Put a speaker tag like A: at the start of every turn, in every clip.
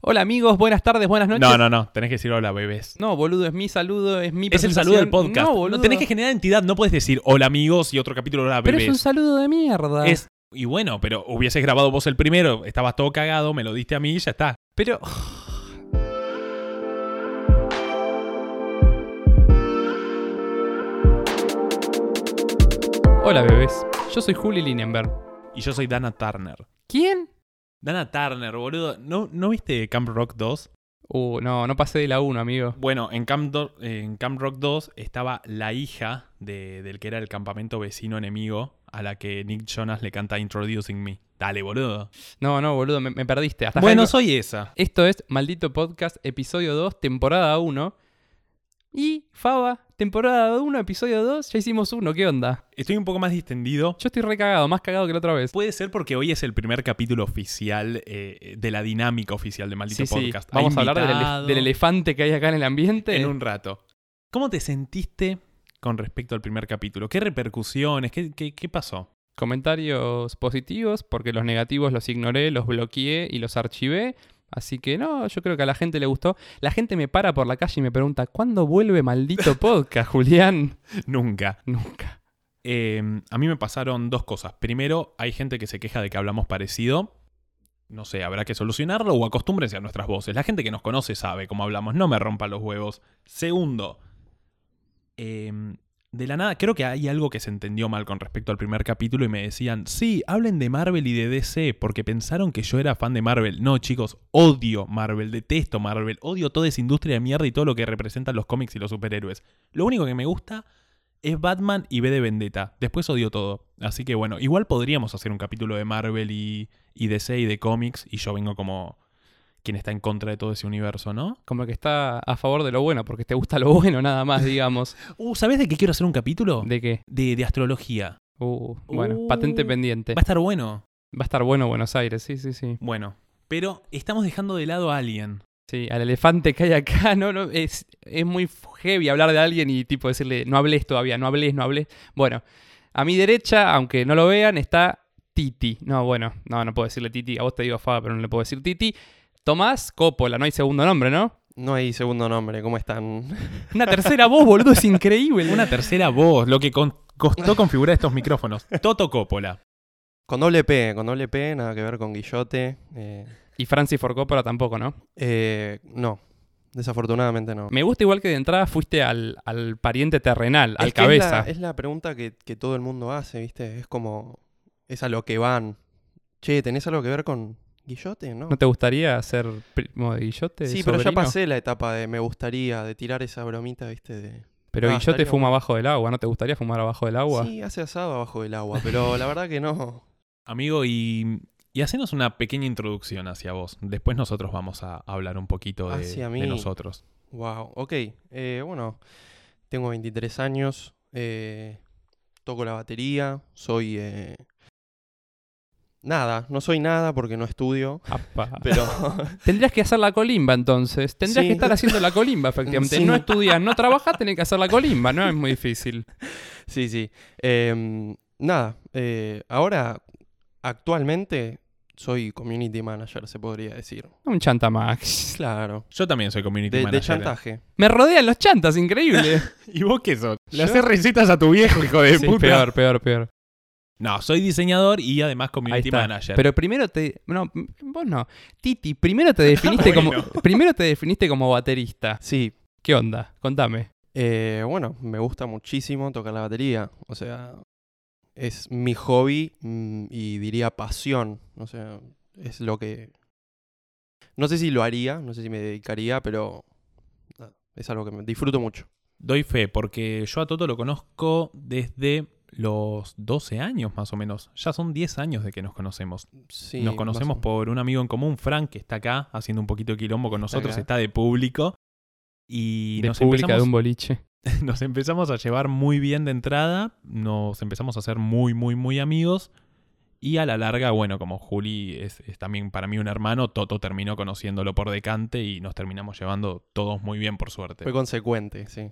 A: Hola amigos, buenas tardes, buenas noches.
B: No, no, no. Tenés que decir hola, bebés.
A: No, boludo, es mi saludo, es mi
B: Es el
A: presentación.
B: saludo del podcast.
A: No,
B: No,
A: boludo.
B: tenés que generar entidad. No puedes decir hola, amigos y otro capítulo hola,
A: Pero
B: bebés.
A: es un saludo de mierda.
B: Es- y bueno, pero hubieses grabado vos el primero. Estabas todo cagado, me lo diste a mí y ya está.
A: Pero Hola bebés, yo soy Juli Linenberg.
B: Y yo soy Dana Turner.
A: ¿Quién?
B: Dana Turner, boludo. ¿No, ¿no viste Camp Rock 2?
A: Uh, no, no pasé de la 1, amigo.
B: Bueno, en Camp, Do- en Camp Rock 2 estaba la hija de- del que era el campamento vecino enemigo a la que Nick Jonas le canta Introducing Me. Dale, boludo.
A: No, no, boludo, me, me perdiste. Hasta
B: Bueno,
A: acá-
B: soy esa.
A: Esto es Maldito Podcast, episodio 2, temporada 1. Y Faba, temporada 1, episodio 2, ya hicimos uno, ¿qué onda?
B: Estoy un poco más distendido.
A: Yo estoy recagado, más cagado que la otra vez.
B: Puede ser porque hoy es el primer capítulo oficial eh, de la dinámica oficial de Maldito
A: Sí, sí,
B: Podcast. Hay
A: vamos a hablar del, elef-
B: invitado
A: del elefante que hay acá en el ambiente.
B: en un rato. ¿Cómo te sentiste con respecto al primer capítulo? ¿Qué repercusiones? ¿Qué, qué- qué pasó?
A: Comentarios positivos, porque los negativos los ignoré, los bloqueé y los archivé. Así que no, yo creo que a la gente le gustó. La gente me para por la calle y me pregunta, ¿cuándo vuelve Maldito Podcast, Julián?
B: Nunca.
A: Nunca.
B: Eh, a mí me pasaron dos cosas. Primero, hay gente que se queja de que hablamos parecido. No sé, habrá que solucionarlo o acostúmbrense a nuestras voces. La gente que nos conoce sabe cómo hablamos, no me rompan los huevos. Segundo, eh, de la nada, creo que hay algo que se entendió mal con respecto al primer capítulo y me decían, sí, hablen de Marvel y de DC porque pensaron que yo era fan de Marvel. No, chicos, odio Marvel, detesto Marvel, odio toda esa industria de mierda y todo lo que representan los cómics y los superhéroes. Lo único que me gusta es Batman y B de Vendetta. Después odio todo. Así que bueno, igual podríamos hacer un capítulo de Marvel y, y DC y de cómics. Y yo vengo como quien está en contra de todo ese universo, ¿no?
A: Como que está a favor de lo bueno, porque te gusta lo bueno nada más, digamos.
B: Uh, ¿sabes de qué quiero hacer un capítulo?
A: ¿De qué?
B: De, de astrología.
A: Uh, bueno,
B: Uh.
A: patente pendiente.
B: Va a estar bueno.
A: Va a estar bueno Buenos Aires, sí, sí, sí.
B: Bueno, pero estamos dejando de lado a alguien.
A: Sí, al elefante que hay acá, no, no, es, es muy heavy hablar de alguien y tipo decirle, no hables todavía, no hables, no hables. Bueno, a mi derecha, aunque no lo vean, está Titi. No, bueno, no, no puedo decirle Titi, a vos te digo Faba, pero no le puedo decir Titi. Tomás Coppola, no hay segundo nombre, ¿no?
C: No hay segundo nombre, ¿cómo están?
A: Una tercera voz, boludo, es increíble.
B: Una tercera voz, lo que con- costó configurar estos micrófonos. Toto Coppola.
C: Con doble P, con doble P, nada que ver con Guillote. eh,
A: Y Francis Ford Coppola tampoco, ¿no?
C: eh, no, desafortunadamente no.
A: Me gusta igual que de entrada fuiste al, al pariente terrenal, al
C: Es que es la-
A: cabeza.
C: Es la, pregunta que, que todo el mundo hace, ¿viste? Es como, es a lo que van. Che, ¿tenés algo que ver con Guillote? No.
A: ¿No te gustaría ser primo de Guillote?
C: sí, pero ya
A: sobrino?
C: pasé la etapa de me gustaría, de tirar esa bromita, ¿viste? De...
A: Pero
C: Ah,
A: Guillote
C: estaría
A: fuma
C: bueno.
A: abajo del agua, ¿no te gustaría fumar abajo del agua?
C: Sí, hace asado abajo del agua, pero la verdad que no.
B: Amigo, y, y hacenos una pequeña introducción hacia vos. Después nosotros vamos a hablar un poquito de,
C: Hacia
B: de
C: mí.
B: nosotros.
C: Wow, ok. eh, bueno, tengo 23 años, eh, toco la batería, soy... eh, Nada, no soy nada porque no estudio,
A: Apa.
C: pero...
A: Tendrías que hacer la colimba entonces. Tendrías
C: Sí.
A: que estar haciendo la colimba, efectivamente.
C: Sí.
A: No estudias, no trabajas, tenés que hacer la colimba, no es muy difícil.
C: sí, sí. em, nada, eh, ahora, actualmente, soy community manager, se podría decir.
A: Un chanta más.
C: Claro.
B: Yo también soy community
C: De, de
B: manager.
C: chantaje.
A: Me rodean los chantas, increíble.
B: ¿Y vos qué sos? Le
C: Yo-
B: haces recetas a tu viejo, hijo de
A: Sí,
B: puta.
A: peor, peor, peor.
B: No, soy diseñador y además
A: Ahí
B: community
A: está.
B: manager.
A: Pero primero te. No, m- vos no. Titi, primero te definiste
B: Bueno.
A: como. Primero te definiste como baterista.
C: Sí,
A: ¿Qué onda? Contame.
C: Eh, bueno, me gusta muchísimo tocar la batería. O sea, es mi hobby mm, y diría pasión. O sea, es lo que... No sé si lo haría, no sé si me dedicaría, pero nada, es algo que me disfruto mucho.
B: Doy fe, porque yo a Toto lo conozco desde los 12 años más o menos. Ya son 10 años de que nos conocemos.
C: Sí, más
B: nos
C: o
B: conocemos
C: menos.
B: por un amigo en común, Frank, que está acá haciendo un poquito de quilombo con
C: Está
B: nosotros,
C: acá.
B: está de público. Y
A: de
B: nos
A: pública de
B: empezamos-
A: un boliche.
B: nos empezamos a llevar muy bien de entrada, nos empezamos a hacer muy, muy, muy amigos. Y a la larga, bueno, como Juli es, es también para mí un hermano, Toto terminó conociéndolo por decante y nos terminamos llevando todos muy bien, por suerte.
C: Fue consecuente, sí.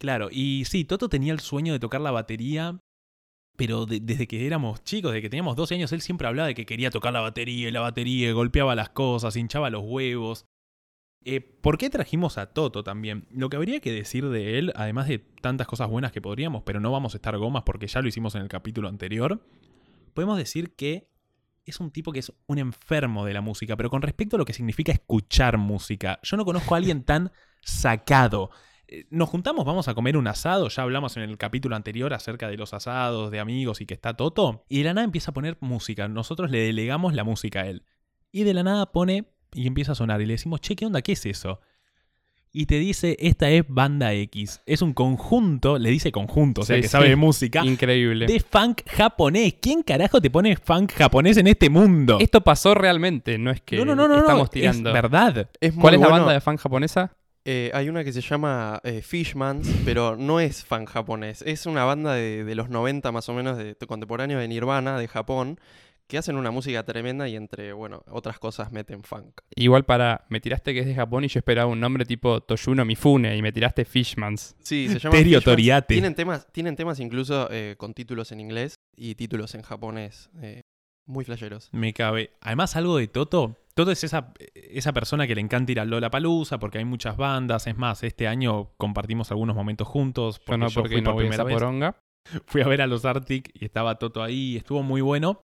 B: Claro, y sí, Toto tenía el sueño de tocar la batería Pero de- desde que éramos chicos, desde que teníamos 12 años, él siempre hablaba de que quería tocar la batería y la batería, y golpeaba las cosas, hinchaba los huevos. Eh, ¿Por qué trajimos a Toto también? Lo que habría que decir de él, además de tantas cosas buenas que podríamos, pero no vamos a estar gomas porque ya lo hicimos en el capítulo anterior, podemos decir que es un tipo que es un enfermo de la música, pero con respecto a lo que significa escuchar música, yo no conozco a alguien tan sacado. Eh, Nos juntamos, vamos a comer un asado, ya hablamos en el capítulo anterior acerca de los asados, de amigos y que está Toto, y de la nada empieza a poner música, nosotros le delegamos la música a él, y de la nada pone y empieza a sonar, y le decimos, che, ¿qué onda? ¿Qué es eso? Y te dice, esta es Banda X, es un conjunto, le dice conjunto, o sea
A: Sí,
B: que
A: sí.
B: sabe de música,
A: Increíble.
B: de funk japonés. ¿Quién carajo te pone funk japonés en este mundo?
A: Esto pasó realmente, no es que
B: no, no, no, no, no,
A: estamos
B: es
A: tirando.
B: verdad.
C: Es muy
A: ¿Cuál es la
C: bueno.
A: banda de fan japonesa?
C: Eh, hay una que se llama eh, Fishmans, pero no es fan japonés. Es una banda de, de los 90 más o menos, de, de contemporáneos de Nirvana, de Japón, que hacen una música tremenda y entre, bueno, otras cosas meten funk.
A: Igual para. Me tiraste que es de Japón y yo esperaba un nombre tipo Toyuno Mifune y me tiraste Fishmans.
C: Sí, se llama
B: Terio
C: Fishmans.
B: Toriate.
C: Tienen temas, tienen temas incluso eh, con títulos en inglés y títulos en japonés. eh, muy flasheros.
B: Me cabe. Además, algo de Toto. Toto es esa, esa persona que le encanta ir a Lola Palusa porque hay muchas bandas. Es más, este año compartimos algunos momentos juntos.
A: Yo no, porque
B: fui
A: no
B: por
A: voy a esa
B: primera vez.
A: poronga.
B: fui a ver a los Arctic y estaba Toto ahí, estuvo muy bueno.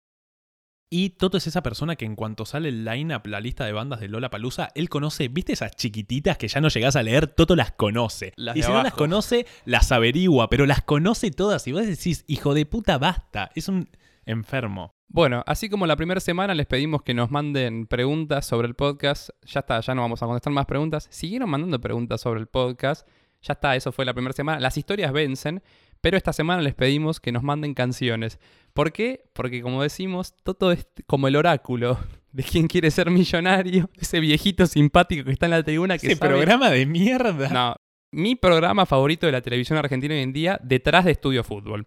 B: Y Toto es esa persona que en cuanto sale el line-up, la lista de bandas de Lola Palusa, él conoce, ¿viste esas chiquititas que ya no llegás a leer? Toto las conoce.
C: Las
B: y
C: de
B: si no las
C: abajo.
B: conoce, las averigua, pero las conoce todas. Y vos decís, hijo de puta, basta. Es un enfermo.
A: Bueno, así como la primera semana les pedimos que nos manden preguntas sobre el podcast, ya está, ya no vamos a contestar más preguntas. Siguieron mandando preguntas sobre el podcast, ya está, eso fue la primera semana. Las historias vencen, pero esta semana les pedimos que nos manden canciones. ¿Por qué? Porque como decimos, Toto es como el oráculo de quien quiere ser millonario, ese viejito simpático que está en la tribuna que
B: Ese
A: sabe-
B: programa de mierda.
A: No, mi programa favorito de la televisión argentina hoy en día, detrás de Estudio Fútbol.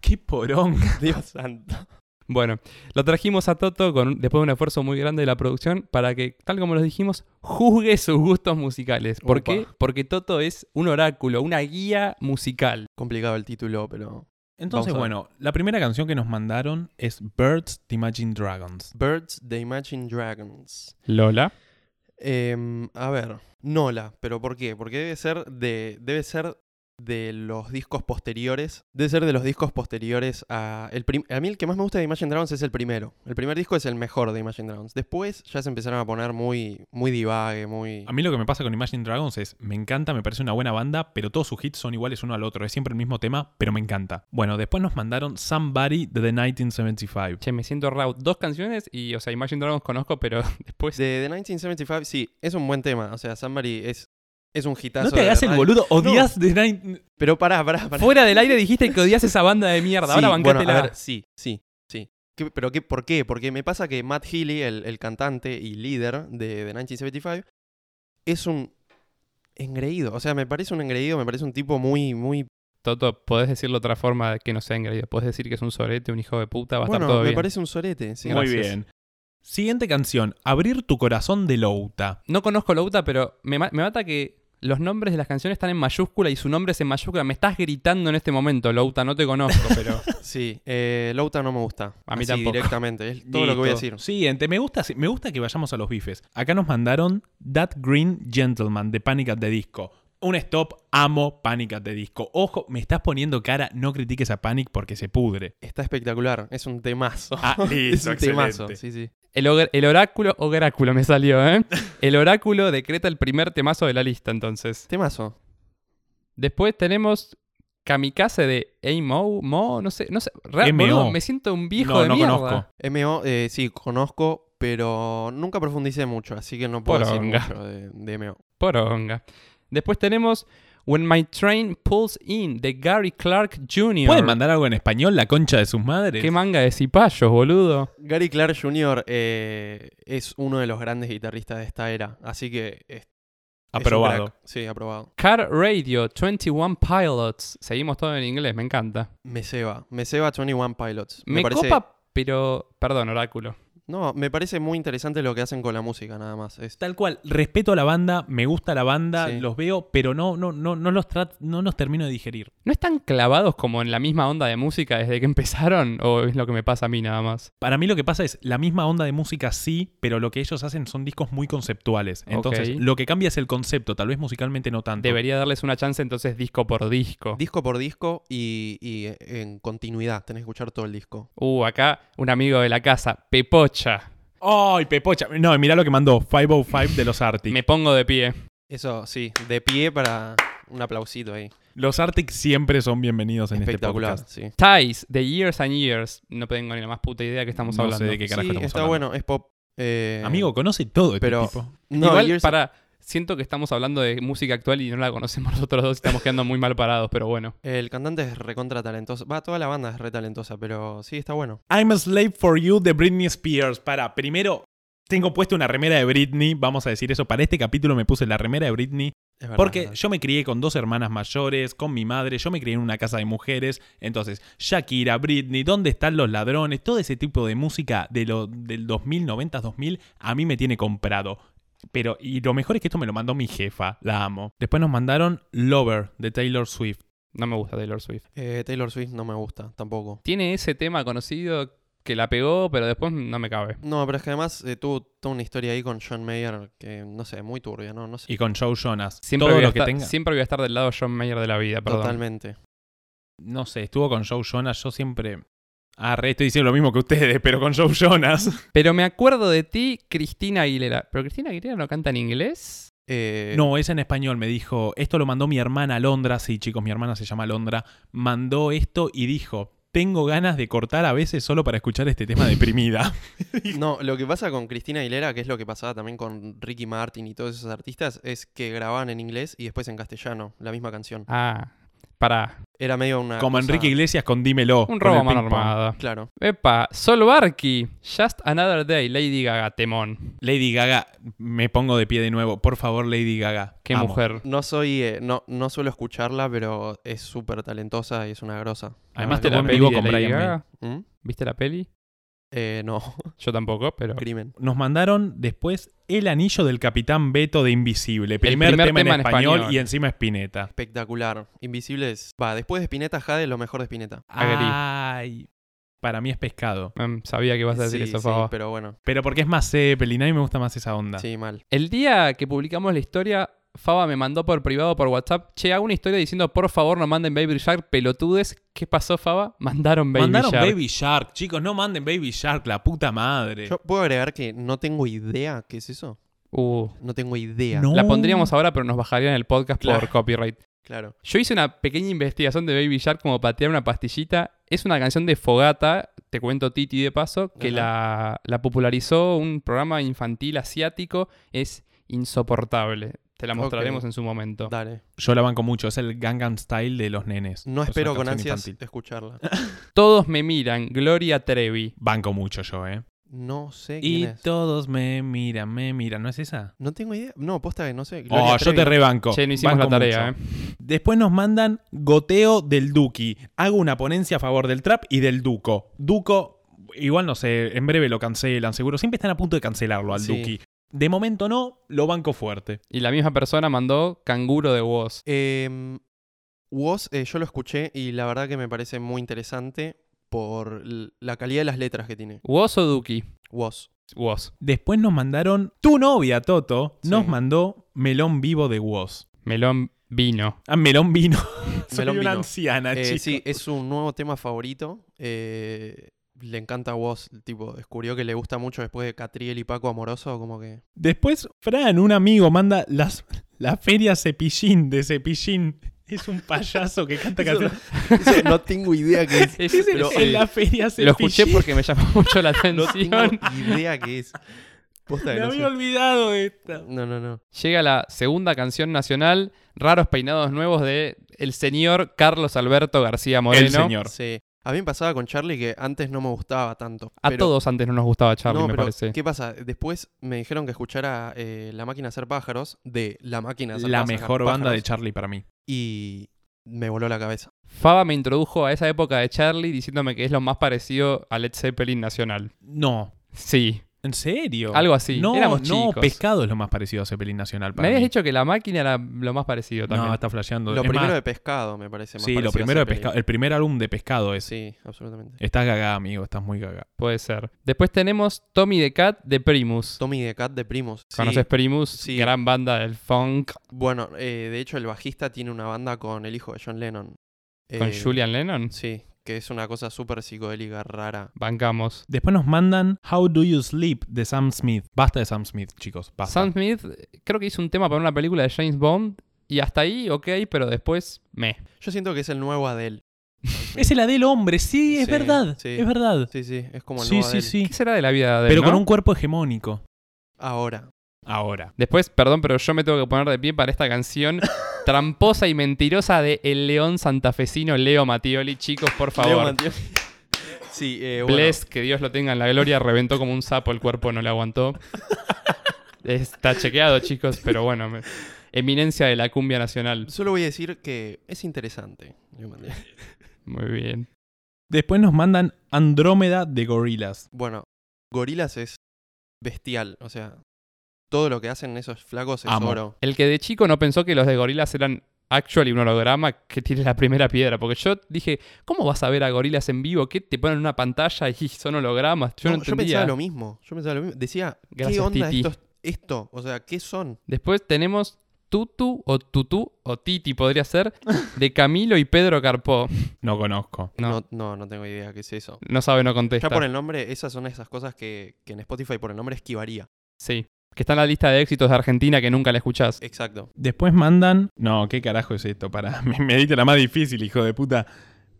B: Qué porón.
C: Dios santo.
A: Bueno, lo trajimos a Toto con, después de un esfuerzo muy grande de la producción para que, tal como los dijimos, juzgue sus gustos musicales. ¿Por
C: Opa.
A: qué? Porque Toto es un oráculo, una guía musical.
C: Complicado el título, pero...
B: Entonces,
C: Vamos a ver.
B: bueno, la primera canción que nos mandaron es Birds to Imagine Dragons.
C: Birds, The Imagine Dragons.
A: Lola.
C: Em, a ver, Nola, pero ¿por qué? Porque debe ser de debe ser de los discos posteriores, debe ser de los discos posteriores a el prim- a mí el que más me gusta de Imagine Dragons es el primero. El primer disco es el mejor de Imagine Dragons. Después ya se empezaron a poner muy muy divague, muy
B: A mí lo que me pasa con Imagine Dragons es, me encanta, me parece una buena banda, pero todos sus hits son iguales uno al otro, es siempre el mismo tema, pero me encanta. Bueno, después nos mandaron Somebody de The 1975.
A: Che, me siento raro. Dos canciones y, o sea, Imagine Dragons conozco, pero después...
C: de, de 1975, sí, es un buen tema, o sea, Somebody es es un hitazo.
B: No te
C: de
B: hagas el
C: verdad.
B: boludo, odias The Nine...
C: Pero pará, pará, pará.
A: Fuera del aire dijiste que odias esa banda de mierda. Ahora
C: Sí,
A: bancátela.
C: bueno, a ver, sí, sí, sí. ¿Qué- ¿Pero qué, por qué? Porque me pasa que Matt Healy, el, el cantante y líder de, de 1975, es un engreído. O sea, me parece un engreído, me parece un tipo muy, muy...
A: Toto, podés decirlo de otra forma que no sea engreído. Podés decir que es un sorete, un hijo de puta, va a
C: bueno,
A: estar todo
C: me
A: bien.
C: parece un sorete. sí.
A: Muy
C: Gracias.
A: bien.
B: Siguiente canción, Abrir tu corazón de Louta.
A: No conozco Louta, pero me, ma- me mata que los nombres de las canciones están en mayúscula y su nombre es en mayúscula. Me estás gritando en este momento, Louta, no te conozco, pero
C: Sí, eh, Louta no me gusta.
A: A mí
C: Así,
A: tampoco.
C: directamente. Es todo lo que voy a decir.
B: Listo. Siguiente, me gusta, me gusta que vayamos a los bifes. Acá nos mandaron That Green Gentleman de Panic at the Disco. Un stop, amo Panic at the Disco. Ojo, me estás poniendo cara, no critiques a Panic porque se pudre.
C: Está espectacular. Es un temazo.
B: Ah,
C: es
B: listo,
C: un temazo.
B: excelente.
C: Sí, sí.
A: el, ogre- el oráculo, oráculo me salió, ¿eh? El oráculo decreta el primer temazo de la lista, entonces.
C: Temazo.
A: Después tenemos Kamikaze de Amo, Mo, no sé, no sé. Real,
B: M.O..
A: boludo, me siento un viejo
B: No,
A: de
B: no
A: mierda.
B: conozco.
C: MO, eh, sí, conozco, pero nunca profundicé mucho, así que no puedo
A: Poronga.
C: decir mucho de- de MO.
A: Poronga. Después tenemos When My Train Pulls In de Gary Clark Jr.
B: ¿Pueden mandar algo en español, la concha de sus madres?
A: Qué manga de cipayos, boludo.
C: Gary Clark Jr. eh, es uno de los grandes guitarristas de esta era, así que es- es un
B: Aprobado.
C: crack. sí, aprobado.
A: Car Radio, 21 Pilots. Seguimos todo en inglés, me encanta.
C: Me ceba, me ceba 21 Pilots.
A: Me,
C: parece-
A: copa, pero. Perdón, oráculo.
C: No, me parece muy interesante lo que hacen con la música, nada más. Es-
B: Tal cual, respeto a la banda, me gusta la banda,
C: Sí.
B: los veo, pero no, no, no, no, los trat- no los termino de digerir.
A: ¿No están clavados como en la misma onda de música desde que empezaron? ¿O es lo que me pasa a mí nada más?
B: Para mí lo que pasa es la misma onda de música sí, pero lo que ellos hacen son discos muy conceptuales. Entonces,
A: Ok.
B: lo que cambia es el concepto, tal vez musicalmente no tanto.
A: Debería darles una chance entonces disco por disco.
C: Disco por disco y, y en continuidad. Tenés que escuchar todo el disco.
A: Uh, acá un amigo de la casa, Pepocha.
B: ¡Ay, Pepocha! No, mirá lo que mandó 505 de los Arctic.
A: Me pongo de pie.
C: Eso, sí, de pie para un aplausito ahí.
B: Los Arctic siempre son bienvenidos en este
C: Espectacular,
B: podcast.
C: sí.
A: Ties, The Years and Years. No tengo ni la más puta idea de qué estamos
B: No sé
A: hablando.
B: de qué
C: Sí,
B: carajo
C: está
B: estamos hablando.
C: bueno, es pop. eh,
B: Amigo, conoce todo este
C: pero-
B: tipo.
C: no,
A: Igual,
C: Years-
A: para. Siento que estamos hablando de música actual y no la conocemos nosotros dos y estamos quedando muy mal parados, pero bueno.
C: El cantante es recontra talentoso. Va, toda la banda es re talentosa, pero sí, está bueno.
B: I'm a slave for you de Britney Spears. Para, primero, tengo puesto una remera de Britney, vamos a decir eso. Para este capítulo me puse la remera de Britney
C: Es verdad, es
B: Porque
C: verdad.
B: yo me crié con dos hermanas mayores, con mi madre, yo me crié en una casa de mujeres. Entonces, Shakira, Britney, ¿dónde están los ladrones? Todo ese tipo de música de lo, del 2000, 90, 2000, a mí me tiene comprado. Pero, y lo mejor es que esto me lo mandó mi jefa, la amo. Después nos mandaron Lover de Taylor Swift.
A: No me gusta Taylor Swift.
C: Eh, Taylor Swift no me gusta tampoco.
A: Tiene ese tema conocido que la pegó, pero después no me cabe.
C: No, pero es que además eh, tuvo toda una historia ahí con John Mayer que, no sé, muy turbia, ¿no? No sé.
B: Y con Joe Jonas.
A: Siempre,
B: todo
A: voy, a
B: lo que
A: estar,
B: tenga.
A: siempre voy a estar del lado John Mayer de la vida, perdón.
C: Totalmente.
B: No sé, estuvo con Joe Jonas, yo siempre. Ah, re, estoy diciendo lo mismo que ustedes, pero con Joe Jonas.
A: Pero me acuerdo de ti, Cristina Aguilera. ¿Pero Cristina Aguilera no canta en inglés?
C: Eh,
B: No, es en español, me dijo. Esto lo mandó mi hermana Londra. Sí, chicos, mi hermana se llama Londra. Mandó esto y dijo: Tengo ganas de cortar a veces solo para escuchar este tema deprimida.
C: No, lo que pasa con Cristina Aguilera, que es lo que pasaba también con Ricky Martin y todos esos artistas, es que grababan en inglés y después en castellano la misma canción.
A: Ah, pará.
C: Era medio una.
B: Como
C: cosa-
B: Enrique Iglesias con Dímelo.
A: Un
B: con
A: robo a
B: el
A: mano
B: ping-pong.
A: armada.
C: Claro.
A: Epa, Sol Barky, Just Another Day, Lady Gaga, temón.
B: Lady Gaga, me pongo de pie de nuevo. Por favor, Lady Gaga.
A: Qué
B: Amo.
A: mujer.
C: No soy. eh, no, no suelo escucharla, pero es súper talentosa y es una grosa.
B: Además,
A: ¿Viste
B: tocó
A: la
B: en
A: peli
B: vivo
A: de
B: con
A: Lady
B: Brian May.
A: Gaga?
C: ¿Mm?
A: ¿Viste la peli?
C: Eh, no,
A: Yo tampoco, pero...
C: crimen.
B: Nos mandaron después El Anillo del Capitán Beto de Invisible. Primer,
A: primer
B: tema,
A: tema
B: en
A: en
B: español,
A: español.
B: y encima Spinetta.
C: Espectacular. Invisibles. Va, después de Spinetta, Jade es lo mejor de Spinetta.
A: Agree.
B: Ay, para mí es pescado.
A: Mm, sabía que ibas a decir
C: Sí,
A: eso,
C: sí,
A: Faba.
C: pero bueno,
B: Pero porque es más Zeppelin, a mí me gusta más esa onda.
C: sí, mal.
A: El día que publicamos la historia, Faba me mandó por privado, por WhatsApp, che, hago una historia diciendo, por favor, no manden Baby Shark, pelotudes. ¿Qué pasó, Faba? Mandaron Baby
B: Mandaron
A: Shark.
B: Baby Shark, chicos, no manden Baby Shark, la puta madre.
C: Yo puedo agregar que no tengo idea qué es eso.
A: Uh,
C: No tengo idea.
B: No.
A: La pondríamos ahora, pero nos bajarían el podcast
C: Claro.
A: por copyright.
C: Claro.
A: Yo hice una pequeña investigación de Baby Shark como para tirar una pastillita. Es una canción de Fogata, te cuento Titi de paso, que
C: Ajá.
A: la, la popularizó un programa infantil asiático. Es insoportable. Te la
C: Ok.
A: mostraremos en su momento.
C: Dale.
B: Yo la banco mucho, es el Gangnam Style de los nenes.
C: No
B: Es
C: espero
B: una
C: con
B: canción
C: ansias
B: infantil.
C: escucharla.
A: Todos me miran, Gloria Trevi.
B: Banco mucho yo, ¿eh?
C: No sé quién
B: Y
C: es.
B: todos me miran, me miran, ¿no es esa?
C: No tengo idea. No, posta que no sé. Gloria
B: Oh, yo te
C: Trevi.
B: rebanco.
A: Che, no hicimos
B: Banco
A: la tarea,
B: mucho.
A: ¿eh?
B: Después nos mandan Goteo del Duki. Hago una ponencia a favor del trap y del Duco. Duco, igual no sé, en breve lo cancelan, seguro. Siempre están a punto de cancelarlo al
C: Sí.
B: Duki. De momento no, lo banco fuerte.
A: Y la misma persona mandó Canguro de Woz.
C: Em, Woz, eh, yo lo escuché y la verdad que me parece muy interesante por l- la calidad de las letras que tiene.
A: ¿Woz o Duki?
C: Woz.
A: Woz.
B: Después nos mandaron Tu novia, Toto. Nos
C: Sí.
B: mandó Melón Vivo de Woz.
A: Melón vino.
B: Ah, Melón Vino. Soy
C: Melón
B: una
C: Vino.
B: anciana,
C: Eh,
B: chicos.
C: sí, es un nuevo tema favorito. eh, le encanta a Woz. Tipo, descubrió que le gusta mucho después de Catriel y Paco Amoroso. Como que.
B: Después, Fran, un amigo, manda las, la feria Cepillín de Cepillín. Es un payaso que canta
C: Eso-
B: canciones.
C: eso no tengo idea qué es. eh,
A: Es-
B: Es en,
A: pero-
B: en la feria Cepillín.
A: Lo escuché porque me llamó mucho la
C: No
A: atención.
C: tengo idea qué es. Posta que
B: Me
C: no sé.
B: había olvidado de esta.
C: No, no, no.
A: Llega la segunda canción nacional, Raros Peinados Nuevos, de el señor Carlos Alberto García Moreno.
B: El señor.
C: Sí. A mí me pasaba con Charlie que antes no me gustaba tanto.
A: A
C: pero-
A: todos antes no nos gustaba Charlie,
C: no,
A: me
C: pero
A: parece.
C: ¿Qué pasa? Después me dijeron que escuchara eh, La máquina hacer pájaros de La máquina hacer
B: La
C: Pás- hacer
B: mejor banda de
C: pájaros,
B: Charlie para mí.
C: Y me voló la cabeza.
A: Faba me introdujo a esa época de Charlie diciéndome que es lo más parecido a Led Zeppelin nacional.
B: No.
A: Sí,
B: ¿En serio?
A: algo así.
B: No,
A: Éramos
B: no,
A: chicos.
B: pescado es lo más parecido a Zeppelin Nacional para
A: Me habías
B: mí.
A: dicho que la máquina era lo más parecido también.
B: No, está flasheando.
C: Lo
B: Es
C: primero
B: más,
C: de pescado, me parece. más
B: sí,
C: parecido
B: lo
C: a
B: primero de
C: Zeppelin.
B: pescado. El primer álbum de pescado es.
C: Sí, absolutamente.
B: Estás gaga, amigo, estás muy gaga.
A: Puede ser. Después tenemos Tommy the Cat de Primus.
C: Tommy de Cat de Primos. Sí.
A: ¿Conoces Primus?
C: Sí.
A: Gran banda del funk
C: Bueno, eh, de hecho el bajista tiene una banda con el hijo de John Lennon.
A: con
C: Eh,
A: Julian Lennon.
C: Sí, que es una cosa súper psicodélica rara.
A: Bancamos.
B: Después nos mandan How Do You Sleep de Sam Smith. Basta de Sam Smith, chicos. Basta.
A: Sam Smith creo que hizo un tema para una película de James Bond y hasta ahí, ok, pero después me.
C: Yo siento que es el nuevo Adele.
B: Es el del hombre, sí, es
C: Sí,
B: verdad.
C: sí.
B: Es verdad.
C: Sí, sí, es como el
B: Sí,
C: nuevo
B: sí,
C: Adele.
B: sí.
A: ¿Qué será de la vida de él,
B: Pero con
A: no?
B: un cuerpo hegemónico.
C: Ahora.
B: Ahora.
A: Después, perdón, pero yo me tengo que poner de pie para esta canción tramposa y mentirosa de El León Santafesino Leo Mattioli. Chicos, por
C: Leo
A: favor.
C: Mantioli. sí, eh, bueno.
A: Bless, que Dios lo tenga en la gloria, reventó como un sapo, el cuerpo no le aguantó. Está chequeado, chicos, pero bueno. me- Eminencia de la cumbia nacional.
C: Solo voy a decir que es interesante. Leo Mantioli.
A: Muy bien.
B: Después nos mandan Andrómeda de Gorillaz.
C: Bueno, Gorilas es bestial. O sea, todo lo que hacen esos flacos es
B: Amo.
C: oro.
A: El que de chico no pensó que los de gorilas eran actually un holograma que tiene la primera piedra. Porque yo dije, ¿cómo vas a ver a gorilas en vivo? ¿Qué te ponen en una pantalla y son hologramas? Yo no,
C: No,
A: entendía.
C: pensaba lo mismo. Yo pensaba lo mismo. Decía, ¿qué
A: Gracias,
C: onda
A: Titi.
C: estos- esto? O sea, ¿qué son?
A: Después tenemos Tutu o Tutú o Titi podría ser de Camilo y Pedro Carpó.
B: No conozco.
A: No.
C: No, no, no tengo idea qué es eso.
A: No sabe, no
C: Ya
A: contesta.
C: por el nombre, esas son esas cosas que, que en Spotify por el nombre esquivaría.
A: Sí. Que está en la lista de éxitos de Argentina que nunca la escuchás.
C: Exacto.
B: Después mandan. No, ¿qué carajo es esto? Para. Me, me diste la más difícil, hijo de puta.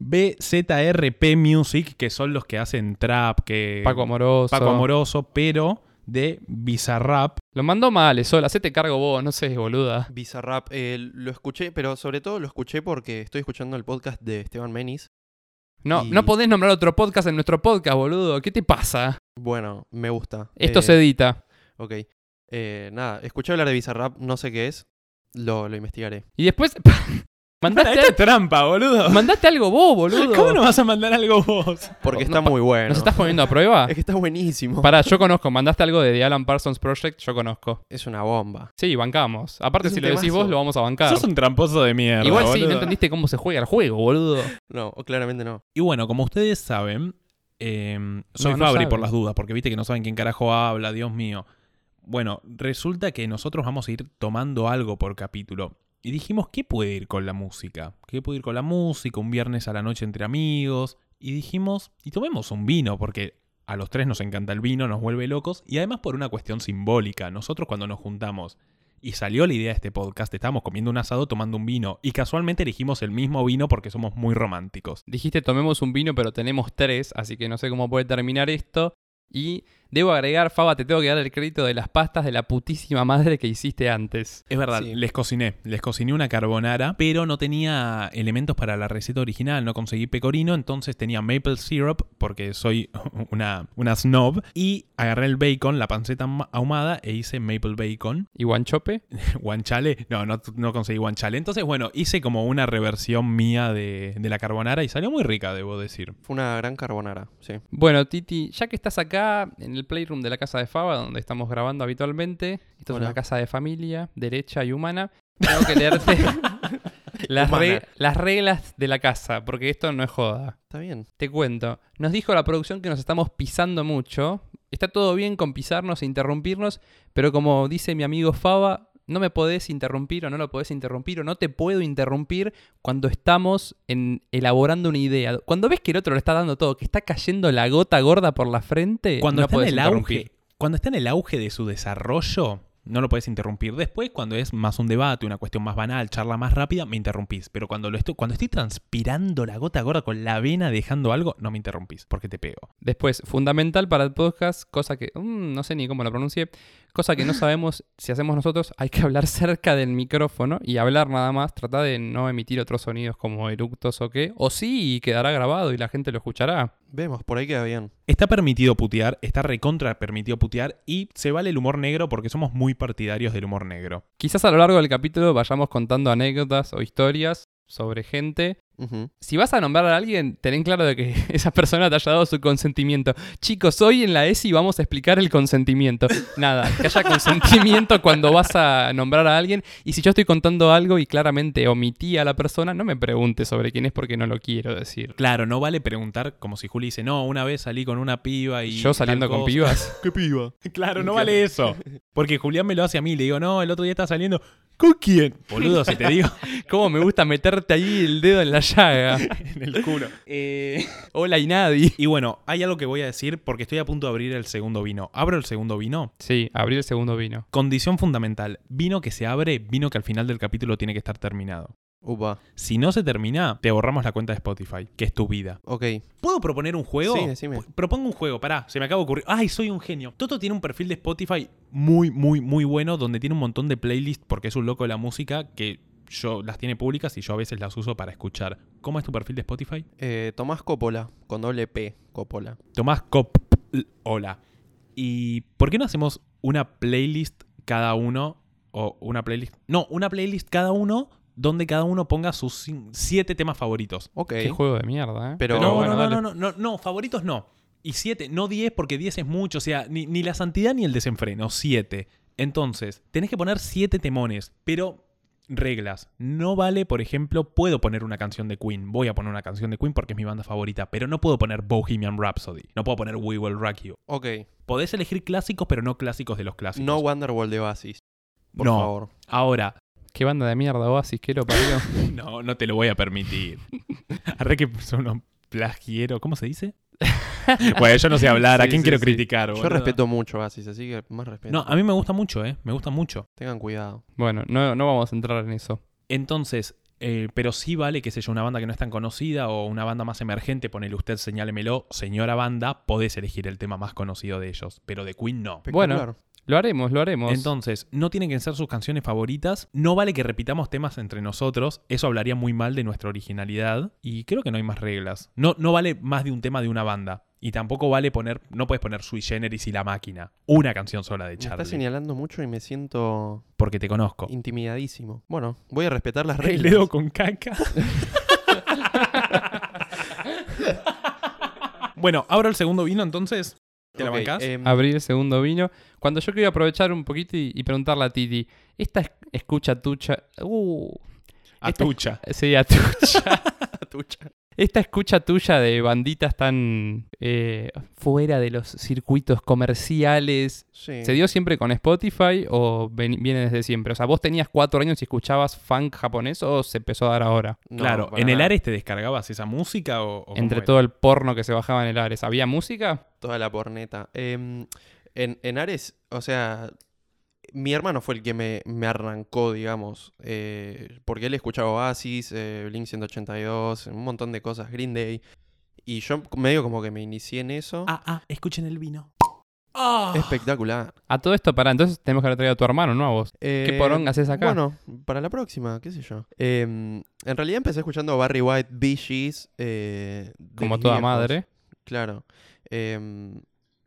B: BZRP Music, que son los que hacen trap, que.
A: Paco Amoroso.
B: Paco Amoroso, pero de Bizarrap.
A: Lo mandó mal, Sol. Hacete cargo vos, no sé, boluda.
C: Bizarrap, eh, lo escuché, pero sobre todo lo escuché porque estoy escuchando el podcast de Esteban Menis.
A: No,
C: Y-
A: no podés nombrar otro podcast en nuestro podcast, boludo. ¿Qué te pasa?
C: Bueno, me gusta.
A: Esto
C: Eh,
A: se edita.
C: Ok. Eh, nada, escuché hablar de Bizarrap, no sé qué es. Lo, lo investigaré.
A: Y después. mandaste,
B: Esta es trampa, boludo.
A: mandaste algo vos, boludo.
B: ¿Cómo no vas a mandar algo vos?
C: Porque
A: No,
C: está
A: pa-
C: muy bueno.
A: ¿Nos estás poniendo a prueba?
C: Es que está buenísimo.
A: Pará, yo conozco. Mandaste algo de The Alan Parsons Project, yo conozco.
C: Es una bomba.
A: Sí, bancamos. Aparte,
C: Es
A: si
C: un
A: lo decís
C: temazo.
A: vos, lo vamos a bancar.
B: Sos un tramposo de mierda.
A: Igual sí,
B: boludo.
A: no entendiste cómo se juega el juego, boludo.
C: No, o claramente no.
B: Y bueno, como ustedes saben, eh, soy
A: No, no
B: Fabri
A: saben.
B: por las dudas, porque viste que no saben quién carajo habla, Dios mío. Bueno, resulta que nosotros vamos a ir tomando algo por capítulo. Y dijimos, ¿qué puede ir con la música? ¿Qué puede ir con la música? Un viernes a la noche entre amigos. Y dijimos, y tomemos un vino, porque a los tres nos encanta el vino, nos vuelve locos. Y además por una cuestión simbólica. Nosotros cuando nos juntamos y salió la idea de este podcast, estábamos comiendo un asado tomando un vino. Y casualmente elegimos el mismo vino porque somos muy románticos.
A: Dijiste tomemos un vino, pero tenemos tres, así que no sé cómo puede terminar esto. Y debo agregar, Faba, te tengo que dar el crédito de las pastas de la putísima madre que hiciste antes.
B: Es verdad,
C: Sí.
B: les cociné, les cociné una carbonara, pero no tenía elementos para la receta original, no conseguí pecorino, entonces tenía maple syrup, porque soy una, una snob, y agarré el bacon, la panceta ahuma- ahumada, e hice maple bacon,
A: ¿Y Guanchope?
B: guanchale, no, no, no conseguí guanchale, entonces bueno, hice como una reversión mía de, de la carbonara y salió muy rica, debo decir.
C: Fue una gran carbonara, sí.
A: Bueno, Titi, ya que estás acá en el playroom de la casa de Faba, donde estamos grabando habitualmente, esto
C: Hola.
A: es una casa de familia, derecha y humana, tengo que leerte las,
C: Humana.
A: re- las reglas de la casa, porque esto no es joda.
C: Está bien.
A: Te cuento, nos dijo la producción que nos estamos pisando mucho. Está todo bien con pisarnos e interrumpirnos, pero como dice mi amigo Faba, no me podés interrumpir o no lo podés interrumpir o no te puedo interrumpir cuando estamos en- elaborando una idea. Cuando ves que el otro le está dando todo, que está cayendo la gota gorda por la frente, Eh,
B: Cuando
A: no
B: está
A: podés
B: en el
A: interrumpir.
B: auge, cuando está en el auge de su desarrollo, no lo puedes interrumpir. Después, cuando es más un debate, una cuestión más banal, charla más rápida, me interrumpís. Pero cuando lo estoy, cuando estoy transpirando la gota gorda con la vena dejando algo, no me interrumpís, porque te pego.
A: Después, fundamental para el podcast, cosa que mm, no sé ni cómo lo pronuncié, cosa que no sabemos si hacemos nosotros, hay que hablar cerca del micrófono y hablar nada más, trata de no emitir otros sonidos como eructos o qué, o sí, y quedará grabado y la gente lo escuchará.
C: Vemos, por ahí queda bien.
B: Está permitido putear, está recontra permitido putear y se vale el humor negro porque somos muy partidarios del humor negro.
A: Quizás a lo largo del capítulo vayamos contando anécdotas o historias sobre gente
C: Ujú.
A: Si vas a nombrar a alguien, ten en claro de que esa persona te haya dado su consentimiento. Chicos, hoy en la ESI vamos a explicar el consentimiento. Nada, que haya consentimiento cuando vas a nombrar a alguien. Y si yo estoy contando algo y claramente omití a la persona, no me preguntes sobre quién es porque no lo quiero decir.
B: Claro, no vale preguntar como si Juli dice, no, una vez salí con una piba y.
A: yo saliendo
B: tal
A: con
B: cosa".
A: pibas.
B: ¿Qué piba? Claro, no vale eso. Porque Julián me lo hace a mí, le digo, no, el otro día está saliendo. ¿Con quién? Boludo, si te digo,
A: ¿Cómo me gusta meterte ahí el dedo en la llaga?
B: en el culo.
A: Hola y nadie.
B: Y bueno, hay algo que voy a decir porque estoy a punto de abrir el segundo vino. ¿Abro el segundo vino?
A: Sí, abrí el segundo vino.
B: Condición fundamental. Vino que se abre, vino que al final del capítulo tiene que estar terminado.
C: Upa.
B: Si no se termina, te borramos la cuenta de Spotify, que es tu vida.
C: Ok.
B: ¿Puedo proponer un juego?
C: Sí, decime.
B: P- Propongo un juego, pará, se me acaba de ocurrir. ¡Ay, soy un genio! Toto tiene un perfil de Spotify muy, muy, muy bueno, donde tiene un montón de playlists porque es un loco de la música que yo las tiene públicas y yo a veces las uso para escuchar. ¿Cómo es tu perfil de Spotify?
C: Eh, Tomás Coppola, con doble P, Coppola.
B: Tomás Cop. Hola. ¿Y por qué no hacemos una playlist cada uno? O una playlist. No, una playlist cada uno donde cada uno ponga sus cin- siete temas favoritos.
C: Ok.
A: Qué juego de mierda, ¿eh?
C: Pero-
B: no,
A: bueno,
B: no, no,
A: dale.
B: no, no, no, no, favoritos no. Y siete, no diez, porque diez es mucho. O sea, ni, ni la santidad ni el desenfreno. Siete. Entonces, tenés que poner siete temones, pero reglas. No vale, por ejemplo, puedo poner una canción de Queen. Voy a poner una canción de Queen porque es mi banda favorita, pero no puedo poner Bohemian Rhapsody. No puedo poner We Will Rock You.
C: Ok.
B: Podés elegir clásicos, pero no clásicos de los clásicos.
C: No Wonderwall de Oasis, por
B: No.
C: favor.
B: Ahora,
A: Qué banda de mierda, Oasis, que lo parió.
B: no, no te lo voy a permitir. Arre que son unos plagieros. ¿Cómo se dice? bueno, yo no sé hablar. ¿A
A: Sí,
B: quién
A: sí,
B: quiero
A: sí.
B: criticar?
C: Yo
B: boludo?
C: respeto mucho Oasis, así que más respeto.
B: No, a mí me gusta mucho, ¿eh? Me gusta mucho.
C: Tengan cuidado.
A: Bueno, no, no vamos a entrar en eso.
B: Entonces, eh, pero sí vale, qué sé yo, una banda que no es tan conocida o una banda más emergente, ponele usted, señálemelo, señora banda, podés elegir el tema más conocido de ellos, pero de Queen no.
A: Bueno.
C: Espectacular.
A: Lo haremos, lo haremos.
B: Entonces, no tienen que ser sus canciones favoritas, no vale que repitamos temas entre nosotros, eso hablaría muy mal de nuestra originalidad y creo que no hay más reglas. No, no vale más de un tema de una banda. Y tampoco vale poner, no puedes poner sui generis y la máquina, una canción sola de
C: Me está
B: Charlie,
C: señalando mucho y me siento
B: porque te conozco.
C: intimidadísimo. Bueno, voy a respetar las
B: El
C: reglas.
B: dedo con caca. bueno, abro el segundo vino entonces. ¿Te la
C: Ok,
B: bancás?
C: em,
A: Abrir el segundo vino. Cuando yo quería aprovechar un poquito y, y preguntarle a Titi, esta es- escucha tucha. Uh, esta-
B: Atucha.
A: sí, a tucha.
C: tucha.
A: esta escucha tuya de banditas tan eh, fuera de los circuitos comerciales.
C: Sí.
A: ¿Se dio siempre con Spotify o ven- viene desde siempre? O sea, vos tenías cuatro años y escuchabas funk japonés o se empezó a dar ahora.
C: No,
B: claro,
C: para
B: ¿en el
C: nada.
B: Ares te descargabas esa música o, o cómo
A: Entre
B: era?
A: todo el porno que se bajaba en el Ares. ¿Había música?
C: Toda la porneta. Em, en, en Ares, o sea, mi hermano fue el que me, me arrancó, digamos, eh, porque él escuchaba Oasis, eh, Blink 182, un montón de cosas, Green Day. Y yo medio como que me inicié en eso.
B: Ah, ah, escuchen el vino. Ah.
C: Espectacular.
A: A todo esto, para entonces tenemos que haber traído a tu hermano, no a vos.
C: Eh,
A: ¿Qué poronga haces acá?
C: Bueno, para la próxima, qué sé yo. Em, en realidad empecé escuchando Barry White, Bee Gees, eh, de
A: Como
C: mis
A: toda
C: viejos.
A: madre.
C: Claro. Em,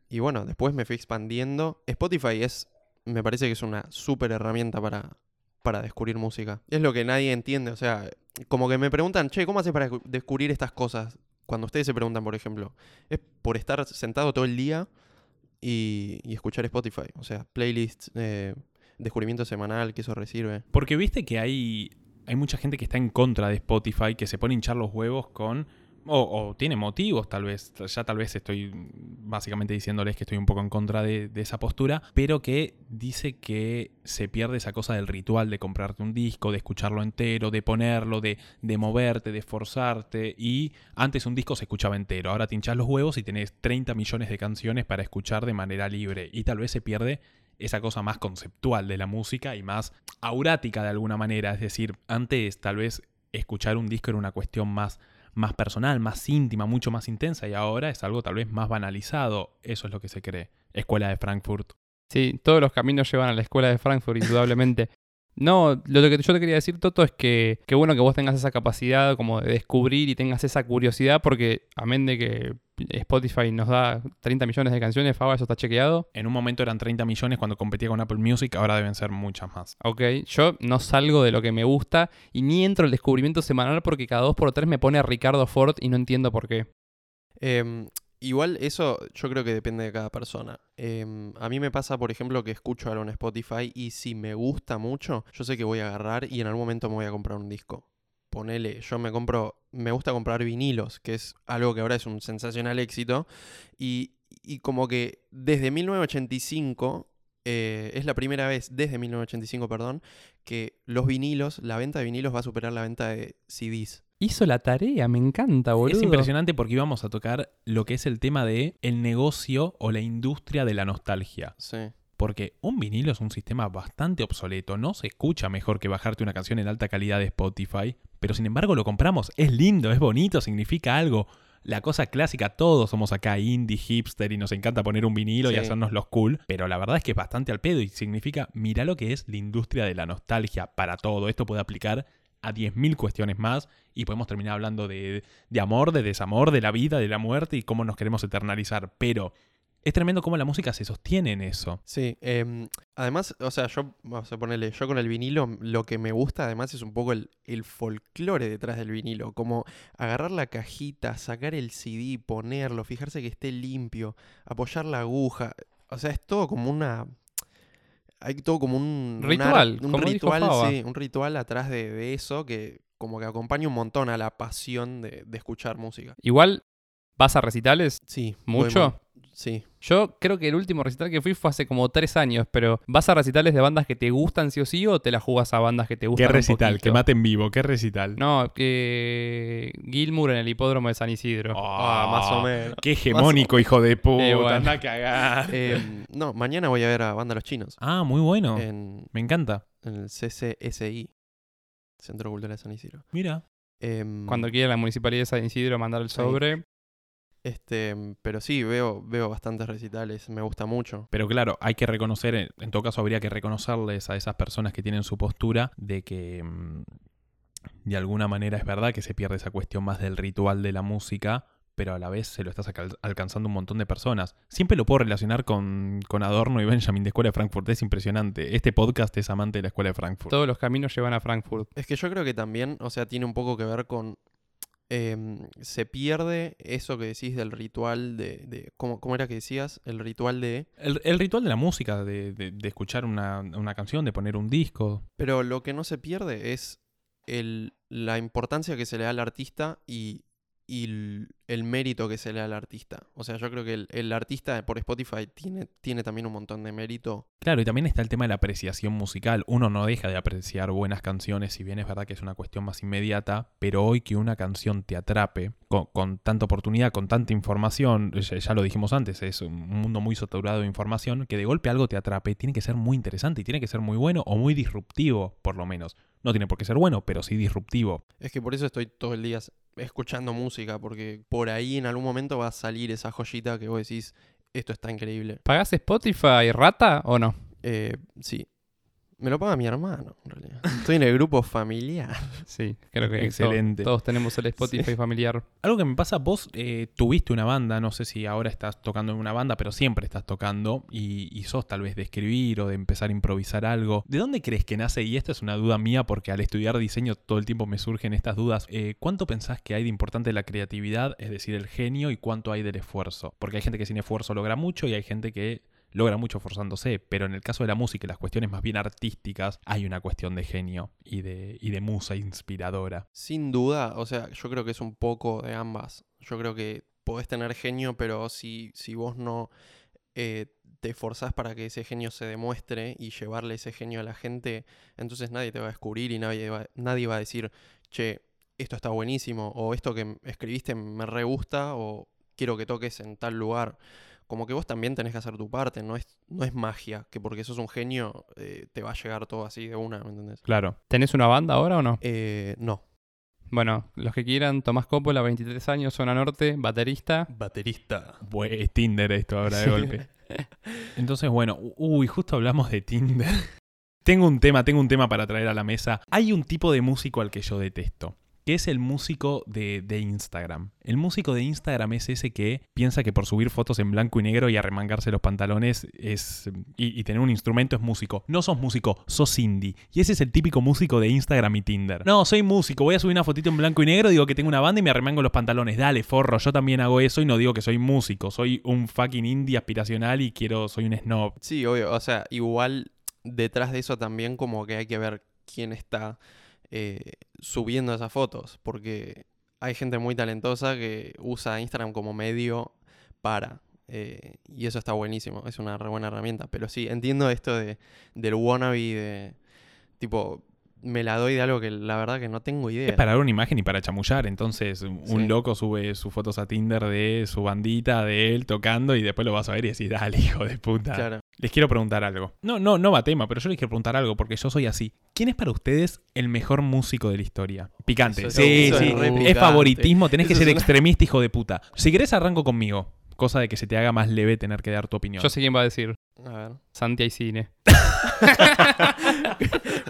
C: y bueno, después me fui expandiendo. Spotify es, me parece que es una súper herramienta para, para descubrir música. Es lo que nadie entiende. O sea, como que me preguntan, che, ¿cómo haces para descu- descubrir estas cosas? Cuando ustedes se preguntan, por ejemplo, es por estar sentado todo el día y, y escuchar Spotify. O sea, playlists, eh, descubrimiento semanal, que eso recibe.
B: Porque viste que hay, hay mucha gente que está en contra de Spotify, que se pone a hinchar los huevos con... O, o tiene motivos, tal vez. Ya tal vez estoy básicamente diciéndoles que estoy un poco en contra de, de esa postura, pero que dice que se pierde esa cosa del ritual de comprarte un disco, de escucharlo entero, de ponerlo, de, de moverte, de esforzarte. Y antes un disco se escuchaba entero, ahora te hinchas los huevos y tenés 30 millones de canciones para escuchar de manera libre. Y tal vez se pierde esa cosa más conceptual de la música y más aurática de alguna manera. Es decir, antes tal vez escuchar un disco era una cuestión más, más personal, más íntima, mucho más intensa y ahora es algo tal vez más banalizado. Eso es lo que se cree. Escuela de Frankfurt.
A: Sí, todos los caminos llevan a la escuela de Frankfurt, indudablemente. No, lo que yo te quería decir, Toto, es que qué bueno que vos tengas esa capacidad como de descubrir y tengas esa curiosidad, porque amén de que Spotify nos da 30 millones de canciones, Fava, eso está chequeado.
B: En un momento eran 30 millones cuando competía con Apple Music, ahora deben ser muchas más.
A: Ok, yo no salgo de lo que me gusta y ni entro al descubrimiento semanal porque cada dos por tres me pone a Ricardo Ford y no entiendo por qué.
C: Em, igual eso yo creo que depende de cada persona. Em, a mí me pasa, por ejemplo, que escucho algo en Spotify y si me gusta mucho, yo sé que voy a agarrar y en algún momento me voy a comprar un disco. Ponele, yo me compro, me gusta comprar vinilos, que es algo que ahora es un sensacional éxito. Y, y como que desde 1985, eh, es la primera vez, desde 1985, perdón, que los vinilos, la venta de vinilos va a superar la venta de CDs.
A: Hizo la tarea, me encanta, boludo.
B: Es impresionante porque íbamos a tocar lo que es el tema de el negocio o la industria de la nostalgia.
C: Sí.
B: Porque un vinilo es un sistema bastante obsoleto, no se escucha mejor que bajarte una canción en alta calidad de Spotify, pero sin embargo lo compramos, es lindo, es bonito, significa algo. La cosa clásica, todos somos acá indie, hipster y nos encanta poner un vinilo y
C: Sí.
B: hacernos los cool, pero la verdad es que es bastante al pedo y significa, mira lo que es la industria de la nostalgia para todo, esto puede aplicar a 10.000 cuestiones más y podemos terminar hablando de, de amor, de desamor, de la vida, de la muerte y cómo nos queremos eternalizar, pero es tremendo cómo la música se sostiene en eso.
C: Sí, em, además, o sea, yo, vamos a ponerle, yo con el vinilo, m- lo que me gusta además es un poco el, el folclore detrás del vinilo, como agarrar la cajita, sacar el CD, ponerlo, fijarse que esté limpio, apoyar la aguja, o sea, es todo como una... Hay todo como un un ar-
A: Ritual,
C: un
A: como dijo
C: ritual,
A: Faba.
C: sí, un ritual atrás de, de eso que como que acompaña un montón a la pasión de, de escuchar música.
A: Igual, ¿vas a recitales?
C: Sí. voy
A: ¿Mucho?
C: mu- Sí.
A: Yo creo que el último recital que fui fue hace como tres años, pero ¿vas a recitales de bandas que te gustan sí o sí o te la jugas a bandas que te gustan?
B: ¿Qué
A: un
B: recital?
A: poquito?
B: Que mate en vivo, qué recital.
A: No, que. Gilmour en el hipódromo de San Isidro.
B: Oh,
C: Ah, más o menos.
B: Qué hegemónico, hijo de puta.
A: Eh, bueno.
B: anda a cagar.
C: Em, no, mañana voy a ver a Banda Los Chinos.
B: Ah, muy bueno.
C: en,
B: Me encanta.
C: en el CCSI, Centro Cultural de San Isidro.
B: Mira. mm.
C: Em,
A: Cuando quiera la municipalidad de San Isidro mandar el sobre.
C: este, em, pero sí, veo, veo bastantes recitales, me gusta mucho.
B: Pero claro, hay que reconocer, en- en todo caso habría que reconocerles a esas personas que tienen su postura de que mm, de alguna manera es verdad que se pierde esa cuestión más del ritual de la música, pero a la vez se lo estás acal- alcanzando un montón de personas. Siempre lo puedo relacionar con, con Adorno y Benjamin de Escuela de Frankfurt, es impresionante. Este podcast es amante de la Escuela de Frankfurt.
A: Todos los caminos llevan a Frankfurt.
C: Es que yo creo que también, o sea, tiene un poco que ver con... em, se pierde eso que decís del ritual de... de- ¿cómo, cómo era que decías? El ritual de...
B: El, el ritual de la música, de, de- de escuchar una, una canción, de poner un disco.
C: Pero lo que no se pierde es el- la importancia que se le da al artista y, y l- el, mérito que se le da al artista. O sea, yo creo que el, el artista por Spotify tiene, tiene también un montón de mérito.
B: Claro, y también está el tema de la apreciación musical. Uno no deja de apreciar buenas canciones, si bien es verdad que es una cuestión más inmediata, pero hoy que una canción te atrape con, con tanta oportunidad, con tanta información, ya, ya lo dijimos antes, es un mundo muy saturado de información, que de golpe algo te atrape, tiene que ser muy interesante y tiene que ser muy bueno o muy disruptivo, por lo menos. No tiene por qué ser bueno, pero sí disruptivo.
C: Es que por eso estoy todo el día s- escuchando música, porque por ahí en algún momento va a salir esa joyita que vos decís, esto está increíble.
A: ¿Pagás Spotify rata o no?
C: Eh, sí. Me lo paga mi hermano, en realidad. Estoy en el grupo familiar.
A: Sí, creo que
B: Excelente.
A: to- todos tenemos el Spotify familiar.
B: Algo que me pasa, vos eh, tuviste una banda, no sé si ahora estás tocando en una banda, pero siempre estás tocando y, y sos tal vez de escribir o de empezar a improvisar algo. ¿De dónde crees que nace? Y esta es una duda mía porque al estudiar diseño todo el tiempo me surgen estas dudas. Eh, ¿Cuánto pensás que hay de importante la creatividad, es decir, el genio, y cuánto hay del esfuerzo? Porque hay gente que sin esfuerzo logra mucho y hay gente que logra mucho forzándose, pero en el caso de la música y las cuestiones más bien artísticas, hay una cuestión de genio y de, y de musa inspiradora.
C: Sin duda, o sea, yo creo que es un poco de ambas. Yo creo que podés tener genio, pero si, si vos no eh, te esforzás para que ese genio se demuestre y llevarle ese genio a la gente, entonces nadie te va a descubrir y nadie va, nadie va a decir, che, esto está buenísimo, o esto que m- escribiste me re gusta, o quiero que toques en tal lugar. Como que vos también tenés que hacer tu parte, no es, no es magia, que porque sos un genio eh, te va a llegar todo así de una, ¿me entendés?
B: Claro.
A: ¿Tenés una banda ahora o no?
C: Eh, no.
A: Bueno, los que quieran, Tomás Coppola, 23 años, zona norte, baterista.
C: Baterista.
B: Bue- Es Tinder esto ahora de golpe. Entonces, bueno, u- uy, justo hablamos de Tinder. Tengo un tema, tengo un tema para traer a la mesa. Hay un tipo de músico al que yo detesto, que es el músico de, de Instagram. El músico de Instagram es ese que piensa que por subir fotos en blanco y negro y arremangarse los pantalones es y, y tener un instrumento es músico. No sos músico, sos indie. Y ese es el típico músico de Instagram y Tinder. No, soy músico, voy a subir una fotito en blanco y negro, digo que tengo una banda y me arremango los pantalones. Dale, forro, yo también hago eso y no digo que soy músico, soy un fucking indie aspiracional y quiero, soy un snob.
C: Sí, obvio. O sea, igual detrás de eso también como que hay que ver quién está eh, subiendo esas fotos. Porque hay gente muy talentosa que usa Instagram como medio para. eh, y eso está buenísimo. Es una re buena herramienta. Pero sí, entiendo esto de, del wannabe de... Tipo, me la doy de algo que la verdad que no tengo idea.
B: Es para ver una imagen y para chamullar. Entonces, un
C: Sí.
B: loco sube sus fotos a Tinder de su bandita, de él tocando, y después lo vas a ver y decís, dale, hijo de puta.
C: Claro.
B: Les quiero preguntar algo. No, no, no va a tema, pero yo les quiero preguntar algo porque yo soy así. ¿Quién es para ustedes el mejor músico de la historia? Picante.
C: Eso es-
B: sí,
A: eso es
B: sí.
A: re
B: Es,
C: picante.
B: favoritismo, tenés que
C: Eso
B: ser
C: es una-
B: extremista, hijo de puta. Si querés, arranco conmigo. Cosa de que se te haga más leve tener que dar tu opinión.
A: Yo sé quién va a decir.
C: A ver.
A: Santi Aicine.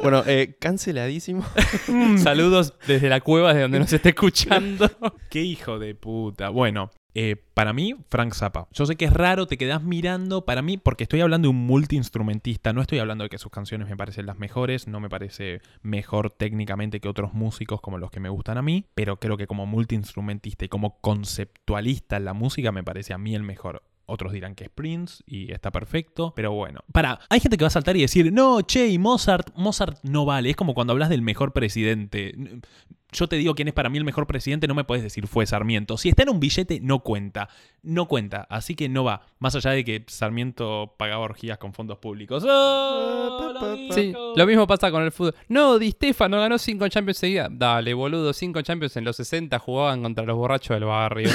C: Bueno, eh, canceladísimo.
B: Mm,
A: Saludos desde la cueva de donde nos esté escuchando.
B: Qué hijo de puta. Bueno, eh, para mí, Frank Zappa. Yo sé que es raro, te quedás mirando. Para mí, porque estoy hablando de un multiinstrumentista, no estoy hablando de que sus canciones me parecen las mejores, no me parece mejor técnicamente que otros músicos como los que me gustan a mí, pero creo que como multiinstrumentista y como conceptualista en la música me parece a mí el mejor. Otros dirán que es Prince y está perfecto, pero bueno. Para, hay gente que va a saltar y decir, no, che, y Mozart, Mozart no vale. Es como cuando hablas del mejor presidente yo te digo quién es para mí el mejor presidente, no me puedes decir fue Sarmiento. Si está en un billete, no cuenta. No cuenta. Así que no va. Más allá de que Sarmiento pagaba orgías con fondos públicos. ¡Oh,
C: Pa, pa, pa.
B: lo
A: Sí,
B: dijo!
A: lo mismo pasa con el fútbol. No, Di Stefano ganó 5 Champions seguidas. Dale, boludo, 5 Champions en los 60 jugaban contra los borrachos del barrio.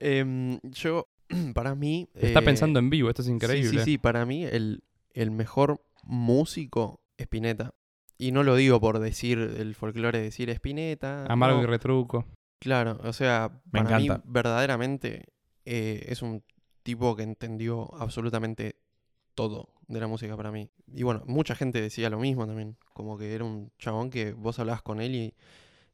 C: Em, yo, para mí...
A: Está
C: eh,
A: pensando en vivo, esto es increíble.
C: Sí, sí, sí, para mí el, el mejor músico es Spinetta. Y no lo digo por decir el folclore, decir Spinetta.
A: Amargo
C: no.
A: y retruco.
C: Claro, o sea,
B: Me
C: para mí
B: encanta.
C: verdaderamente eh, es un tipo que entendió absolutamente todo de la música para mí. Y bueno, mucha gente decía lo mismo también, como que era un chabón que vos hablabas con él y,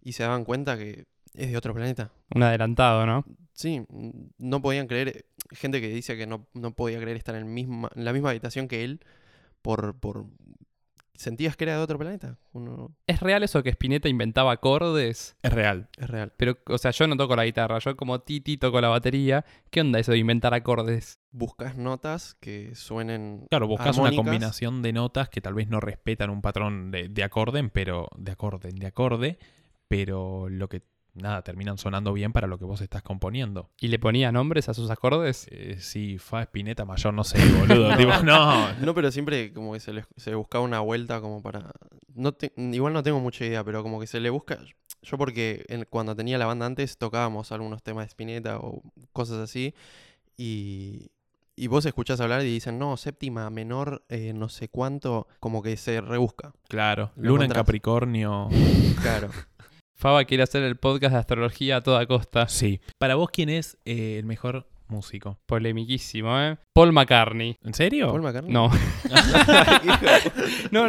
C: y se daban cuenta que es de otro planeta.
A: Un adelantado, ¿no?
C: Sí, mm, no podían creer, eh, gente que dice que no, no podía creer estar en, el misma, en la misma habitación que él por, por... Sentías que era de otro planeta. Uno,
A: ¿Es real eso que Spinetta inventaba acordes?
B: Es real.
C: es real.
A: Pero, o sea, yo no toco la guitarra, yo como Titi toco la batería. ¿Qué onda eso de inventar acordes?
C: Buscas notas que suenen
B: Claro, buscas una
C: Armónicas.
B: combinación de notas que tal vez no respetan un patrón de, de acorden, pero. de acorden, de acorde, pero lo que. Nada, terminan sonando bien para lo que vos estás componiendo.
A: ¿Y le ponía nombres a sus acordes?
B: Eh, sí, Fa Spinetta Mayor, no sé, boludo. tipo, no.
C: No, pero siempre como que se le, se le buscaba una vuelta como para... No te- igual no tengo mucha idea, pero como que se le busca... Yo porque en- cuando tenía la banda antes tocábamos algunos temas de Spinetta o cosas así y, y vos escuchás hablar y dicen, no, séptima, menor, eh, no sé cuánto, como que se rebusca.
B: Claro.
C: Lo
B: Luna en
C: encontrás.
B: Capricornio.
C: Claro.
A: Faba quiere hacer el podcast de astrología a toda costa.
B: Sí. Para vos, ¿quién es eh, el mejor músico?
A: Polemiquísimo, ¿eh? Paul McCartney.
B: ¿En serio?
C: Paul McCartney.
A: No,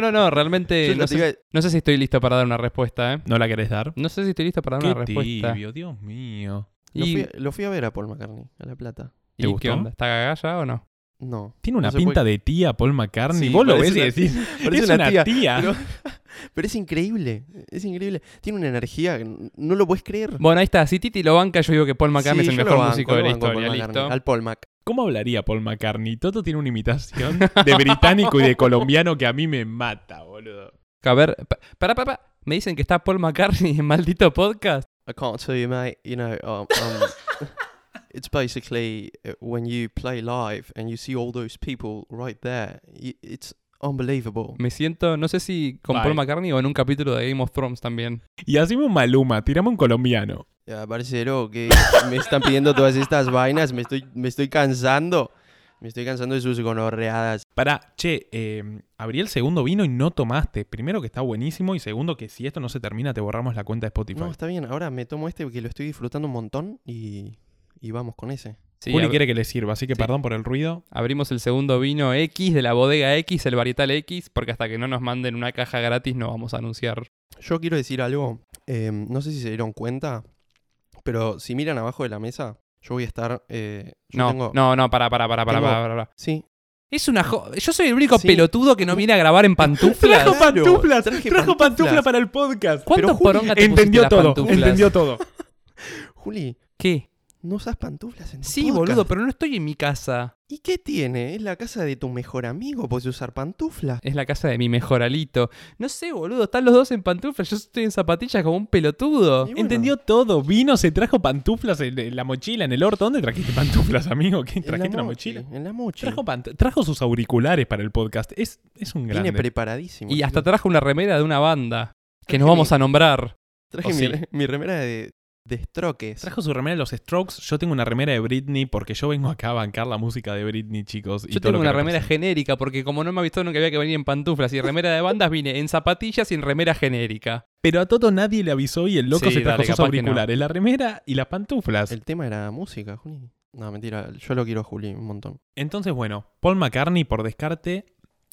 A: no, no, no, realmente
C: Yo
A: Eh, no sé,
C: te iba-
A: no sé si estoy listo para dar una respuesta, ¿eh?
B: ¿No la querés dar?
A: No sé si estoy listo para dar
B: Qué
A: una respuesta.
B: tibio, Dios mío.
C: lo,
A: ¿Y,
C: fui, lo fui a ver a Paul McCartney, a La Plata.
A: y
B: ¿Te
A: qué
B: gustó?
A: onda? ¿Está gagalla o no?
C: No.
B: Tiene una
C: No se
B: pinta
C: puede-
B: de tía Paul McCartney.
C: Sí,
B: Vos lo ves
C: parece
B: y
C: una-
B: decís,
C: parece
B: es
C: una
B: una tía.
C: tía". Pero, pero es increíble, es increíble. Tiene una energía que n- no lo puedes creer.
A: Bueno, ahí está. Si Titi lo banca, yo digo que Paul McCartney
C: Sí,
A: es el
C: yo lo
A: mejor
C: banco,
A: músico
C: lo
A: de la
C: banco a Paul
A: historia,
C: McCartney,
A: ¿listo?
C: Al Paul Mac.
B: ¿Cómo hablaría Paul McCartney? Toto tiene una imitación de británico y de colombiano que a mí me mata, boludo.
A: A ver, pa- pará, pará, pará. Me dicen que está Paul McCartney en maldito podcast.
C: I can't tell you, mate. You know, um, um, it's basically uh, when you play live and you see all those people right there. y- It's unbelievable.
A: Me siento, no sé si con
B: Bye.
A: Paul McCartney o en un capítulo de Game of Thrones también.
B: Y haceme un Maluma, tirame un colombiano.
C: Ya, parcero, que me están pidiendo todas estas vainas. Me estoy, me estoy cansando. Me estoy cansando de sus gonorreadas.
B: Pará, che, eh, abrí el segundo vino y no tomaste. Primero que está buenísimo y segundo que si esto no se termina te borramos la cuenta de Spotify.
C: No, está bien. Ahora me tomo este que lo estoy disfrutando un montón y, y vamos con ese.
A: Sí,
B: Juli
A: ab-
B: quiere que le sirva, así que
A: Sí.
B: perdón por el ruido.
A: abrimos el segundo vino X de la bodega X, el varietal X, porque hasta que no nos manden una caja gratis no vamos a anunciar.
C: Yo quiero decir algo. eh, no sé si se dieron cuenta, pero si miran abajo de la mesa, yo voy a estar. eh, yo
A: no,
C: tengo-
A: no, no, para, para, para, para,
C: tengo-
A: para,
C: Sí.
A: Es una jo- Yo soy el único
C: Sí.
A: pelotudo que no viene a grabar en pantuflas.
B: Trajo pantuflas,
C: traje
B: trajo pantufla
C: pantuflas.
B: para el podcast.
A: ¿Cuántos
C: Juli,
A: poronga te pusiste
B: Entendió
A: las
B: todo,
A: pantuflas?
B: entendió todo.
C: Juli,
A: ¿Qué?
C: no usas pantuflas en tu
A: Sí,
C: podcast?
A: boludo, pero no estoy en mi casa.
C: ¿Y qué tiene? Es la casa de tu mejor amigo. Puedes usar pantuflas.
A: Es la casa de mi mejor alito. No sé, boludo, están los dos en pantuflas. Yo estoy en zapatillas como un pelotudo.
C: Y bueno,
B: Entendió todo. Vino, se trajo pantuflas en, en la mochila, en el orto. ¿Dónde trajiste pantuflas, amigo? ¿Qué,
C: en la
B: ¿Trajiste una
C: mochi,
B: mochila?
C: En la mochila.
B: Trajo, pant- trajo sus auriculares para el podcast. Es, es un
C: Viene
B: grande.
C: preparadísimo.
A: Y
C: boludo.
A: hasta trajo una remera de una banda que nos
C: Traje
A: vamos
C: mi-
A: a nombrar.
C: Traje
B: o
C: mi,
B: sí.
C: re- mi remera de, de Strokes.
B: Trajo su remera de los Strokes. Yo tengo una remera de Britney porque yo vengo acá a bancar la música de Britney, chicos. y
A: Yo
B: todo lo
A: tengo
B: que
A: una remera
B: representa.
A: genérica porque como no me visto nunca había que venir en pantuflas y en remera de bandas, vine en zapatillas y en remera genérica.
B: Pero a Toto nadie le avisó y el loco
A: Sí,
B: se trajo
A: dale,
B: sus
A: capaz que no.
B: auriculares, la remera y las pantuflas.
C: El tema era música, Juli. No, mentira. Yo lo quiero a Juli un montón.
B: Entonces, bueno, Paul McCartney por descarte,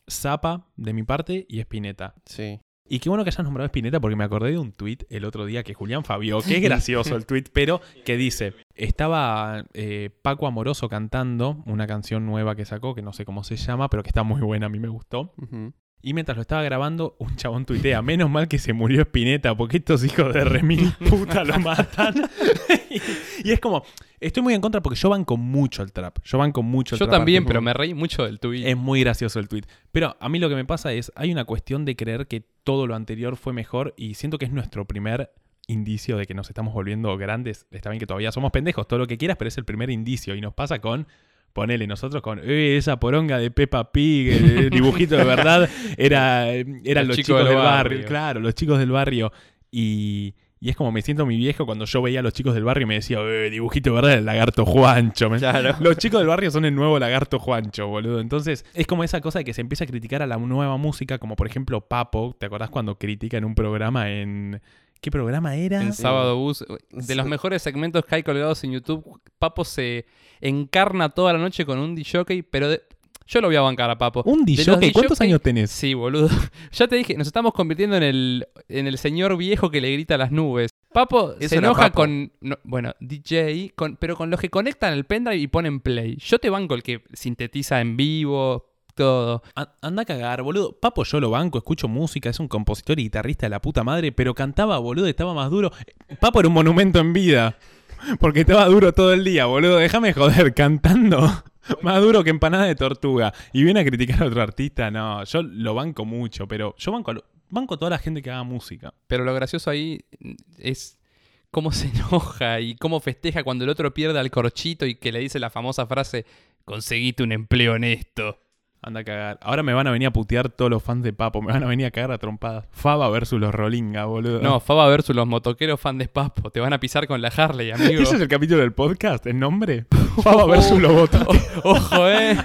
B: Zappa de mi parte y Spinetta.
C: Sí.
B: Y qué bueno que hayas nombrado a Spinetta porque me acordé de un tuit el otro día que Julián Fabio, que es gracioso el tuit, pero que dice, estaba eh, Paco Amoroso cantando una canción nueva que sacó, que no sé cómo se llama, pero que está muy buena, a mí me gustó.
C: Ujú.
B: Y mientras lo estaba grabando, un chabón tuitea, menos mal que se murió Spinetta, porque estos hijos de remil puta lo matan. y, y es como, estoy muy en contra porque yo banco mucho el trap, yo banco mucho
A: Yo,
B: el trap
A: también,
B: argentino.
A: pero me reí mucho del tuit.
B: Es muy gracioso el tweet. Pero a mí lo que me pasa es, hay una cuestión de creer que todo lo anterior fue mejor y siento que es nuestro primer indicio de que nos estamos volviendo grandes. Está bien que todavía somos pendejos, todo lo que quieras, pero es el primer indicio y nos pasa con... Ponele, nosotros con "Eh, esa poronga de Peppa Pig, el dibujito de verdad, era, eran los, chicos, del barrio. Claro, los chicos del barrio. Y, y es como me siento mi viejo cuando yo veía a los chicos del barrio y me decía, "Eh, dibujito de verdad, el lagarto Juancho. me- los chicos del barrio son el nuevo lagarto Juancho, boludo. Entonces, es como esa cosa de que se empieza a criticar a la nueva música, como por ejemplo Papo, ¿te acordás cuando critica en un programa en... ¿Qué programa era?
A: En Sábado Bus. De los mejores segmentos que hay colgados en YouTube, Papo se encarna toda la noche con un DJ, pero de- yo lo voy a bancar a
C: Uh.
A: Papo.
B: Un
A: los
B: DJ, ¿cuántos
A: DJ?
B: años tenés?
A: Sí, boludo. Ya te dije, nos estamos convirtiendo en el, en el señor viejo que le grita a las nubes. Papo
C: Eso
A: se
C: era
A: enoja
C: Papo.
A: con, no, bueno, DJ, con- pero con los que conectan el pendrive y ponen play. Yo te banco el que sintetiza en vivo, todo.
B: A- Anda a cagar, boludo. Papo yo lo banco, escucho música, es un compositor y guitarrista de la puta madre, pero cantaba, boludo, estaba más duro. Eh, Papo era un monumento en vida. Porque estaba duro todo el día, boludo. Déjame joder, cantando. Más duro que empanada de tortuga. Y viene a criticar a otro artista. No, yo lo banco mucho, pero yo banco, a lo- banco a toda la gente que haga música.
A: Pero lo gracioso ahí mm, es cómo se enoja y cómo festeja cuando el otro pierde al corchito y que le dice la famosa frase, conseguiste un empleo honesto.
B: Anda a cagar. Ahora me van a venir a putear todos los fans de Papo. Me van a venir a cagar a trompadas. Faba versus los Rolinga,
C: Ah.
B: boludo.
A: No, Faba versus los motoqueros fan de Papo, te van a pisar con la Harley, amigo.
B: ¿Ese es el capítulo del podcast? ¿El nombre? Faba versus los botones.
A: Ojo, eh.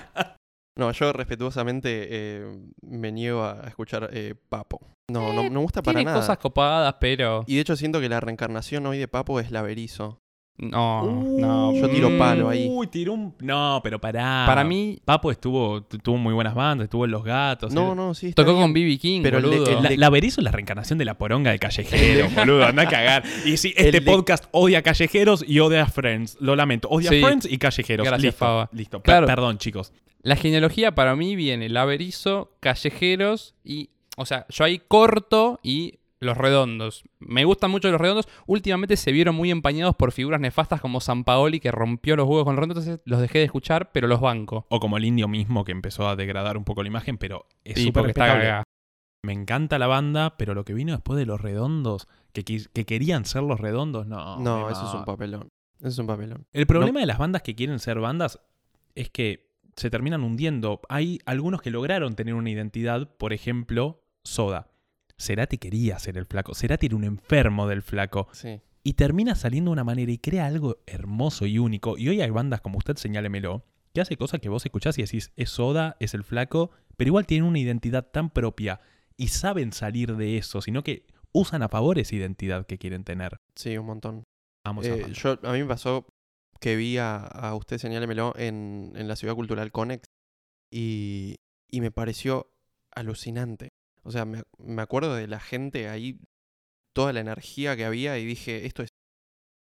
C: No, yo respetuosamente eh, me niego a escuchar eh, Papo. No, no, no me gusta para
A: Eh, Tiene
C: nada.
A: cosas copadas, pero...
C: Y de hecho siento que la reencarnación hoy de Papo es la Berizo.
A: No,
B: Uh,
A: no.
C: Yo tiro
A: Mm.
C: palo ahí.
B: Uy, tiró un. No, pero pará.
A: Para mí,
B: Papo estuvo, tu- tuvo muy buenas bandas, estuvo en Los Gatos.
C: No,
B: el-
C: no, sí. está
A: tocó
C: bien.
A: con BB King,
C: Pero el de-
A: boludo.
C: el
B: La,
C: de-
B: la Berizo es la reencarnación de la poronga de Callejero, boludo. Anda a cagar. Y sí,
C: El
B: este
C: de-
B: podcast odia a Callejeros y odia a Friends. Lo lamento. Odia
A: Sí.
B: a Friends y Callejeros.
A: Gracias,
B: Listo.
A: Faba.
B: Listo. Per-
A: Claro.
B: perdón, chicos.
A: La genealogía para mí viene el averizo, callejeros y. O sea, yo ahí corto y los redondos. Me gustan mucho los redondos. Últimamente se vieron muy empañados por figuras nefastas como San Paoli que rompió los huevos con los redondos, entonces los dejé de escuchar, pero los banco.
B: O como el indio mismo que empezó a degradar un poco la imagen, pero es
A: Sí,
B: súper
A: porque está
B: respetable.
A: cagada.
B: Me encanta la banda, pero lo que vino después de Los Redondos, que, qui- que querían ser Los Redondos, no.
C: No,
B: me
C: eso es un
B: mata.
C: papelón. Eso es un papelón.
B: El problema de las bandas que quieren ser bandas es que se terminan hundiendo. Hay algunos que lograron tener una identidad, por ejemplo, Soda. Cerati quería ser el flaco. Cerati era un enfermo del flaco.
C: Sí.
B: Y termina saliendo de una manera y crea algo hermoso y único. Y hoy hay bandas, como usted señálemelo, que hace cosas que vos escuchás y decís, es Soda, es el flaco, pero igual tienen una identidad tan propia y saben salir de eso, sino que usan a favor esa identidad que quieren tener.
C: Sí, un montón.
B: Vamos
C: Eh, yo, a mí me pasó que vi a, a usted, señálemelo, en, en la Ciudad Cultural Conex y, y me pareció alucinante. O sea, me, me acuerdo de la gente ahí, toda la energía que había y dije, esto es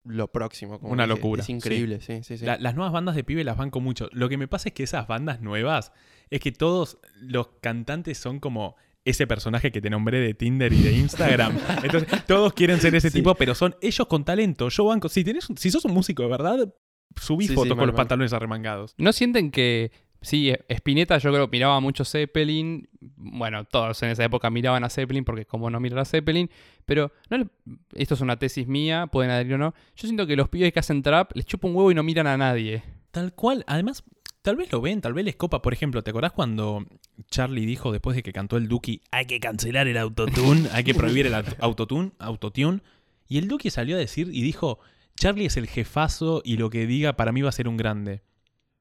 C: lo próximo. como
B: Una
C: dije,
B: locura,
C: Es
B: sí.
C: increíble, sí, sí, sí.
B: La- las nuevas bandas de pibe las banco mucho. Lo que me pasa es que esas bandas nuevas es que todos los cantantes son como ese personaje que te nombré de Tinder y de Instagram. Entonces, todos quieren ser ese
A: Sí.
B: tipo, pero son ellos con talento. Yo banco. Si, tenés, un- si sos un músico de verdad, subí
C: Sí, sí,
B: fotos con
C: mal,
B: los
C: mal.
B: pantalones arremangados.
A: ¿No sienten que.? Sí, Spinetta yo creo miraba mucho Zeppelin. Bueno, todos en esa época miraban a Zeppelin porque como no mirar a Zeppelin. Pero no le- esto es una tesis mía, pueden adherir o no. Yo siento que los pibes que hacen trap les chupa un huevo y no miran a nadie.
B: Tal cual. Además, tal vez lo ven, tal vez les copa. Por ejemplo, ¿te acordás cuando Charlie dijo después de que cantó el Duki, hay que cancelar el autotune, hay que prohibir el aut- autotune, autotune? Y el Duki salió a decir y dijo, Charlie es el jefazo y lo que diga para mí va a ser un grande.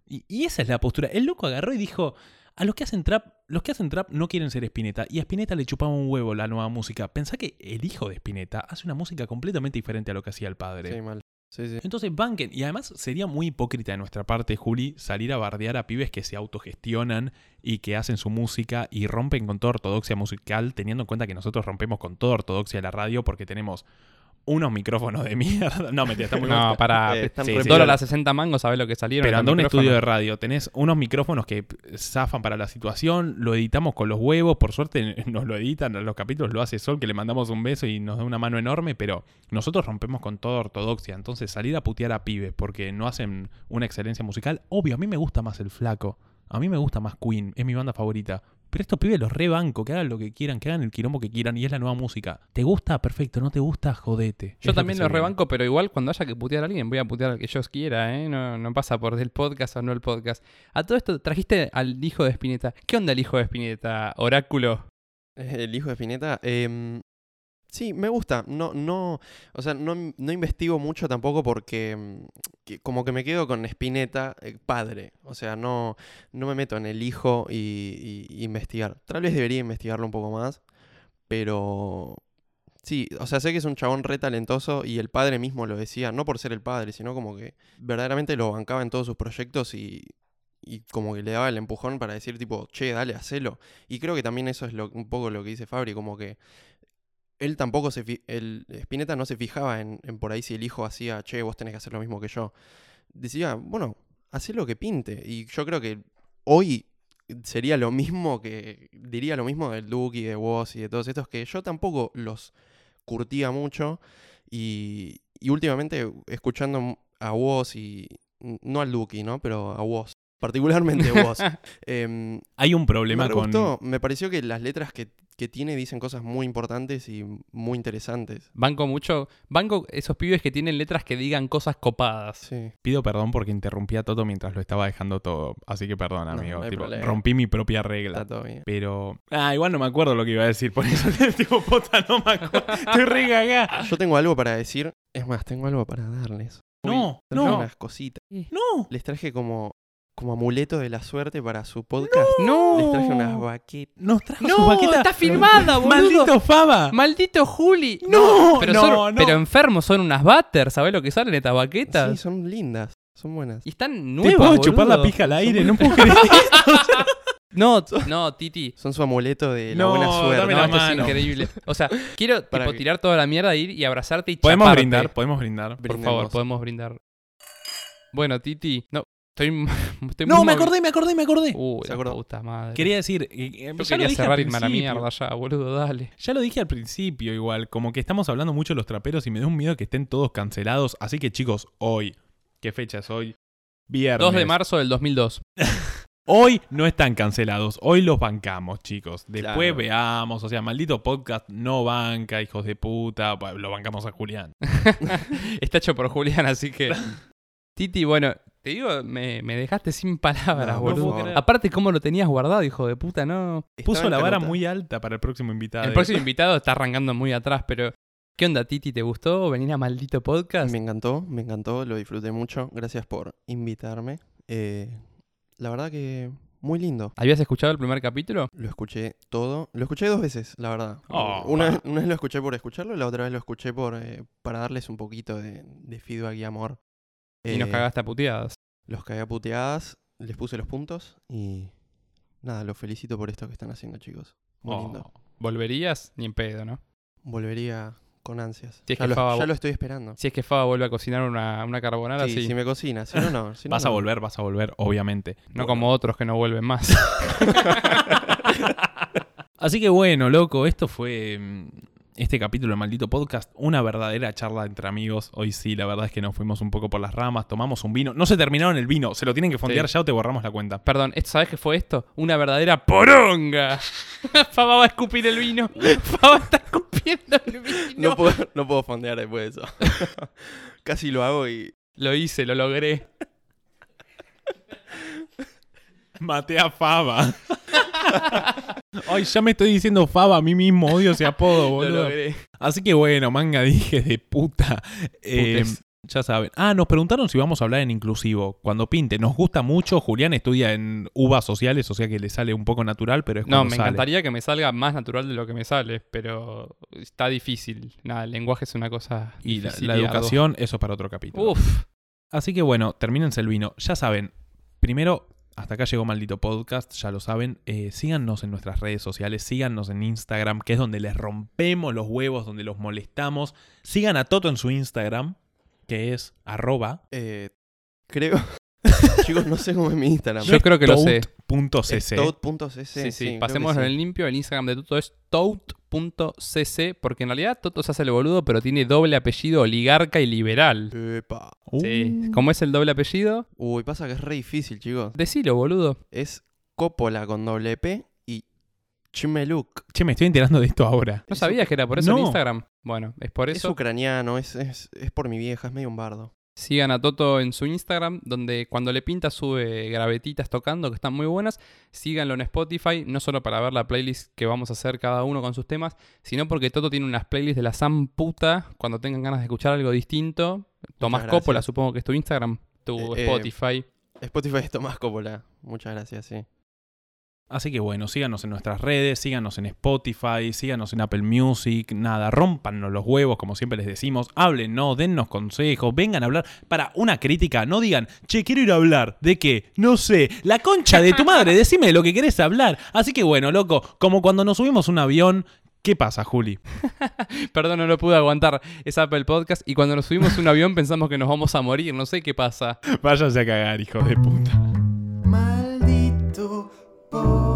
B: Y, y esa es la postura. El loco agarró y dijo, a los que hacen trap, los que hacen trap no quieren ser Spinetta. Y a Spinetta le chupaba un huevo la nueva música. Pensá que el hijo de Spinetta hace una música completamente diferente a lo que hacía el padre.
C: Sí, mal. Sí, sí.
B: Entonces banquen. Y además sería muy hipócrita de nuestra parte, Juli, salir a bardear a pibes que se autogestionan y que hacen su música y rompen con toda ortodoxia musical, teniendo en cuenta que nosotros rompemos con toda ortodoxia de la radio porque tenemos unos micrófonos de mierda. No, mentira, está muy mal.
A: No, para.
C: Eh, están
B: sí,
C: re
B: sí,
A: dólar
C: piola.
A: a 60 mangos, ¿sabes lo que salieron?
B: Pero
A: Los
B: anda un
A: micrófonos.
B: estudio de radio, tenés unos micrófonos que zafan para la situación, lo editamos con los huevos, por suerte nos lo editan, los capítulos lo hace Sol, que le mandamos un beso y nos da una mano enorme, pero nosotros rompemos con toda ortodoxia, entonces salir a putear a pibes porque no hacen una excelencia musical, obvio, a mí me gusta más el flaco, a mí me gusta más Queen, es mi banda favorita. Pero estos pibes los rebanco, que hagan lo que quieran, que hagan el quilombo que quieran y es la nueva música. ¿Te gusta? Perfecto, no te gusta, jodete.
A: Yo
B: Es lo
A: también
B: que
A: los
B: se viene.
A: rebanco, pero igual cuando haya que putear a alguien, voy a putear al que yo quiera, ¿eh? No, no pasa por el podcast o no el podcast. A todo esto, trajiste al hijo de Spinetta. ¿Qué onda el hijo de Spinetta, Oráculo?
C: El hijo de Spinetta. em, sí, me gusta. No, no, o sea, no, no investigo mucho tampoco porque em, que- como que me quedo con Spinetta, eh, padre. O sea, no, no me meto en el hijo y, y- y investigar. Tal vez debería investigarlo un poco más, pero sí, o sea, sé que es un chabón re talentoso y el padre mismo lo decía, no por ser el padre, sino como que verdaderamente lo bancaba en todos sus proyectos y, y como que le daba el empujón para decir tipo, che, dale, hacelo. Y creo que también eso es lo- un poco lo que dice Fabri, como que él tampoco se... fi- El, Spinetta no se fijaba en, en por ahí si el hijo hacía, che, vos tenés que hacer lo mismo que yo. Decía, bueno, hacé lo que pinte. Y yo creo que hoy sería lo mismo que... Diría lo mismo del Duke y de vos y de todos estos que yo tampoco los curtía mucho. Y, y últimamente escuchando a vos y... No al Duki, ¿no? Pero a vos. Particularmente a vos. em,
B: Hay un problema
C: me re
B: con...
C: gustó, me pareció que las letras que, que tiene dicen cosas muy importantes y muy interesantes.
A: Banco mucho. Banco esos pibes que tienen letras que digan cosas copadas.
C: Sí.
B: Pido perdón porque interrumpí a Toto mientras lo estaba dejando todo. Así que perdón,
C: No,
B: amigo.
C: no hay
B: Tipo,
C: problema.
B: rompí mi propia regla.
C: Está todo bien.
B: Pero. Ah, igual no me acuerdo lo que iba a decir. Por eso, tipo, puta, no me acuerdo. Estoy re gagá.
C: Yo tengo algo para decir. Es más, tengo algo para darles.
B: No,
C: Traje
B: no,
C: unas cositas.
B: no.
C: Les traje como, como amuleto de la suerte para su podcast.
A: ¡No!
C: Les traje unas baquetas.
B: Nos trajo
A: ¡No!
B: su baqueta.
A: ¡Está filmada, boludo!
B: ¡Maldito Faba!
A: ¡Maldito Juli!
B: ¡No!
A: Pero,
B: No,
A: son-
B: no.
A: pero enfermos son unas batters, ¿sabés lo que salen estas
C: Sí,
A: baquetas?
C: son lindas. Son buenas.
A: Y están
B: Te
A: nuevas,
B: puedo chupar la
A: boludo.
B: pija al aire, no puedo creer.
A: No, no, Titi.
C: Son su amuleto de la
B: No,
C: buena suerte.
B: dame
A: No,
B: la
A: esto es
B: mano.
A: increíble. O sea, quiero
C: Para
A: tipo,
C: que-
A: tirar toda la mierda, e ir y abrazarte y
B: Podemos
A: chaparte.
B: brindar, podemos brindar.
A: Por
C: Brindemos.
A: favor, podemos brindar. Bueno, Titi, no, estoy, estoy
B: No,
A: muy
B: me
A: movi-
B: acordé, me acordé, me acordé.
A: Uy,
C: Se
A: la
C: acordó.
A: puta madre.
B: Quería decir. eh,
A: Yo
B: eh, ya lo
A: quería
B: dije al
A: cerrar y irme a la
B: principio.
A: mierda ya, boludo, dale.
B: Ya lo dije al principio igual, como que estamos hablando mucho de los traperos y me da un miedo que estén todos cancelados. Así que chicos, hoy, ¿qué fecha es hoy? Viernes.
A: 2 de marzo del 2002.
B: Hoy no están cancelados, hoy los bancamos, chicos. Después
C: Claro.
B: veamos, o sea, maldito podcast no banca, hijos de puta, Bueno, lo bancamos a Julián.
A: Está hecho por Julián, así que... Titi, bueno, te digo, me, me dejaste sin palabras,
C: No,
A: boludo.
C: por favor.
A: Aparte, ¿cómo lo tenías guardado, hijo de puta? No.
B: Puso
C: Estaba
B: la
C: en
B: vara
C: pelota.
B: muy alta para el próximo invitado.
A: El próximo invitado está arrancando muy atrás, pero... ¿Qué onda, Titi? ¿Te gustó venir a maldito podcast?
C: Me encantó, me encantó, lo disfruté mucho. Gracias por invitarme. Eh, la verdad que muy lindo.
A: ¿Habías escuchado el primer capítulo?
C: Lo escuché todo. Lo escuché dos veces, la verdad.
B: Oh,
C: una,
B: va.
C: una vez lo escuché por escucharlo y la otra vez lo escuché por, eh, para darles un poquito de, de feedback y amor.
A: Y nos
C: Eh,
A: cagaste a puteadas.
C: Los cagué a puteadas, les puse los puntos y nada, los felicito por esto que están haciendo, chicos. Muy
B: Oh,
C: lindo.
A: ¿Volverías? Ni en pedo, ¿no?
C: Volvería con ansias.
A: Si es
C: ya,
A: que
C: lo,
A: Faba-
C: ya lo estoy esperando.
A: Si es que Faba vuelve a cocinar una, una carbonara,
C: Sí,
A: sí.
C: Si me cocina, si no, no. si no,
B: vas a
C: no.
B: volver, vas a volver, obviamente.
A: No como otros que no vuelven más.
B: Así que bueno, loco, esto fue mm, este capítulo del maldito podcast, una verdadera charla entre amigos. Hoy sí, la verdad es que nos fuimos un poco por las ramas, tomamos un vino. No se terminaron el vino, se lo tienen que fondear
A: Sí.
B: ya o te borramos la cuenta.
A: Perdón, ¿esto- ¿sabes qué fue esto? Una verdadera poronga. Faba va a escupir el vino. Faba está escupiendo el vino.
C: No puedo, no puedo fondear después de eso. Casi lo hago y.
A: Lo hice, lo logré.
B: Maté a Faba. Ay, ya me estoy diciendo Faba a mí mismo, odio ese apodo,
A: Lo
B: boludo.
A: logré.
B: Así que bueno, manga dije de puta. Eh,
A: Putes.
B: ya saben. Ah, nos preguntaron si vamos a hablar en inclusivo. Cuando pinte, nos gusta mucho. Julián estudia en uvas sociales, o sea que le sale un poco natural, pero es
A: No,
B: cuando
A: me
B: sale.
A: encantaría que me salga más natural de lo que me sale, pero está difícil. Nada, el lenguaje es una cosa.
B: Y la,
A: difícil
B: la
A: ardua.
B: educación, eso es para otro capítulo.
A: Uf,
B: Así que bueno, termínense el vino. Ya saben, primero, hasta acá llegó Maldito Podcast, ya lo saben. Eh, síganos en nuestras redes sociales, síganos en Instagram, que es donde les rompemos los huevos, donde los molestamos. Sigan a Toto en su Instagram, que es arroba
C: eh, creo. chicos, no sé cómo es mi Instagram.
A: Yo creo que lo sé. Eh,
B: tout.cc.
C: Stout.cc.
A: sí, sí.
C: creo que
A: Pasémonos en
C: sí.
A: el limpio. El Instagram de Toto es tout.cc, porque en realidad Toto se hace el boludo, pero tiene doble apellido oligarca y liberal.
C: Epa.
B: Uh,
A: Sí. ¿Cómo es el doble apellido?
C: Uy, pasa que es re difícil, chicos.
A: Decilo, boludo.
C: Es Coppola con doble P y Chmeluk.
B: Che, me estoy enterando de esto ahora.
A: No
C: Es
A: sabías que era por eso
B: No.
A: en Instagram. Bueno, es por
C: Es
A: eso.
C: ucraniano, es, es, es por mi vieja, es medio un bardo.
A: Sigan a Toto en su Instagram, donde cuando le pinta sube gravetitas tocando, que están muy buenas. Síganlo en Spotify, no solo para ver la playlist que vamos a hacer cada uno con sus temas, sino porque Toto tiene unas playlists de la Sam puta cuando tengan ganas de escuchar algo distinto. Tomás
C: gracias.
A: Coppola, supongo que es tu Instagram, tu
C: Eh, eh,
A: Spotify.
C: Spotify es Tomás Coppola. Muchas gracias, sí.
B: Así que bueno, síganos en nuestras redes, síganos en Spotify, síganos en Apple Music, nada, rompannos los huevos, como siempre les decimos, háblenos, dennos consejos, vengan a hablar para una crítica, no digan, che, quiero ir a hablar, ¿de qué? No sé, la concha de tu madre, decime de lo que querés hablar. Así que bueno, loco, como cuando nos subimos a un avión, ¿qué pasa, Juli?
A: Perdón, no lo pude aguantar. Es Apple Podcast y cuando nos subimos a un avión pensamos que nos vamos a morir, no sé qué pasa.
B: Váyanse a cagar, hijo de puta.
D: Maldito podcast.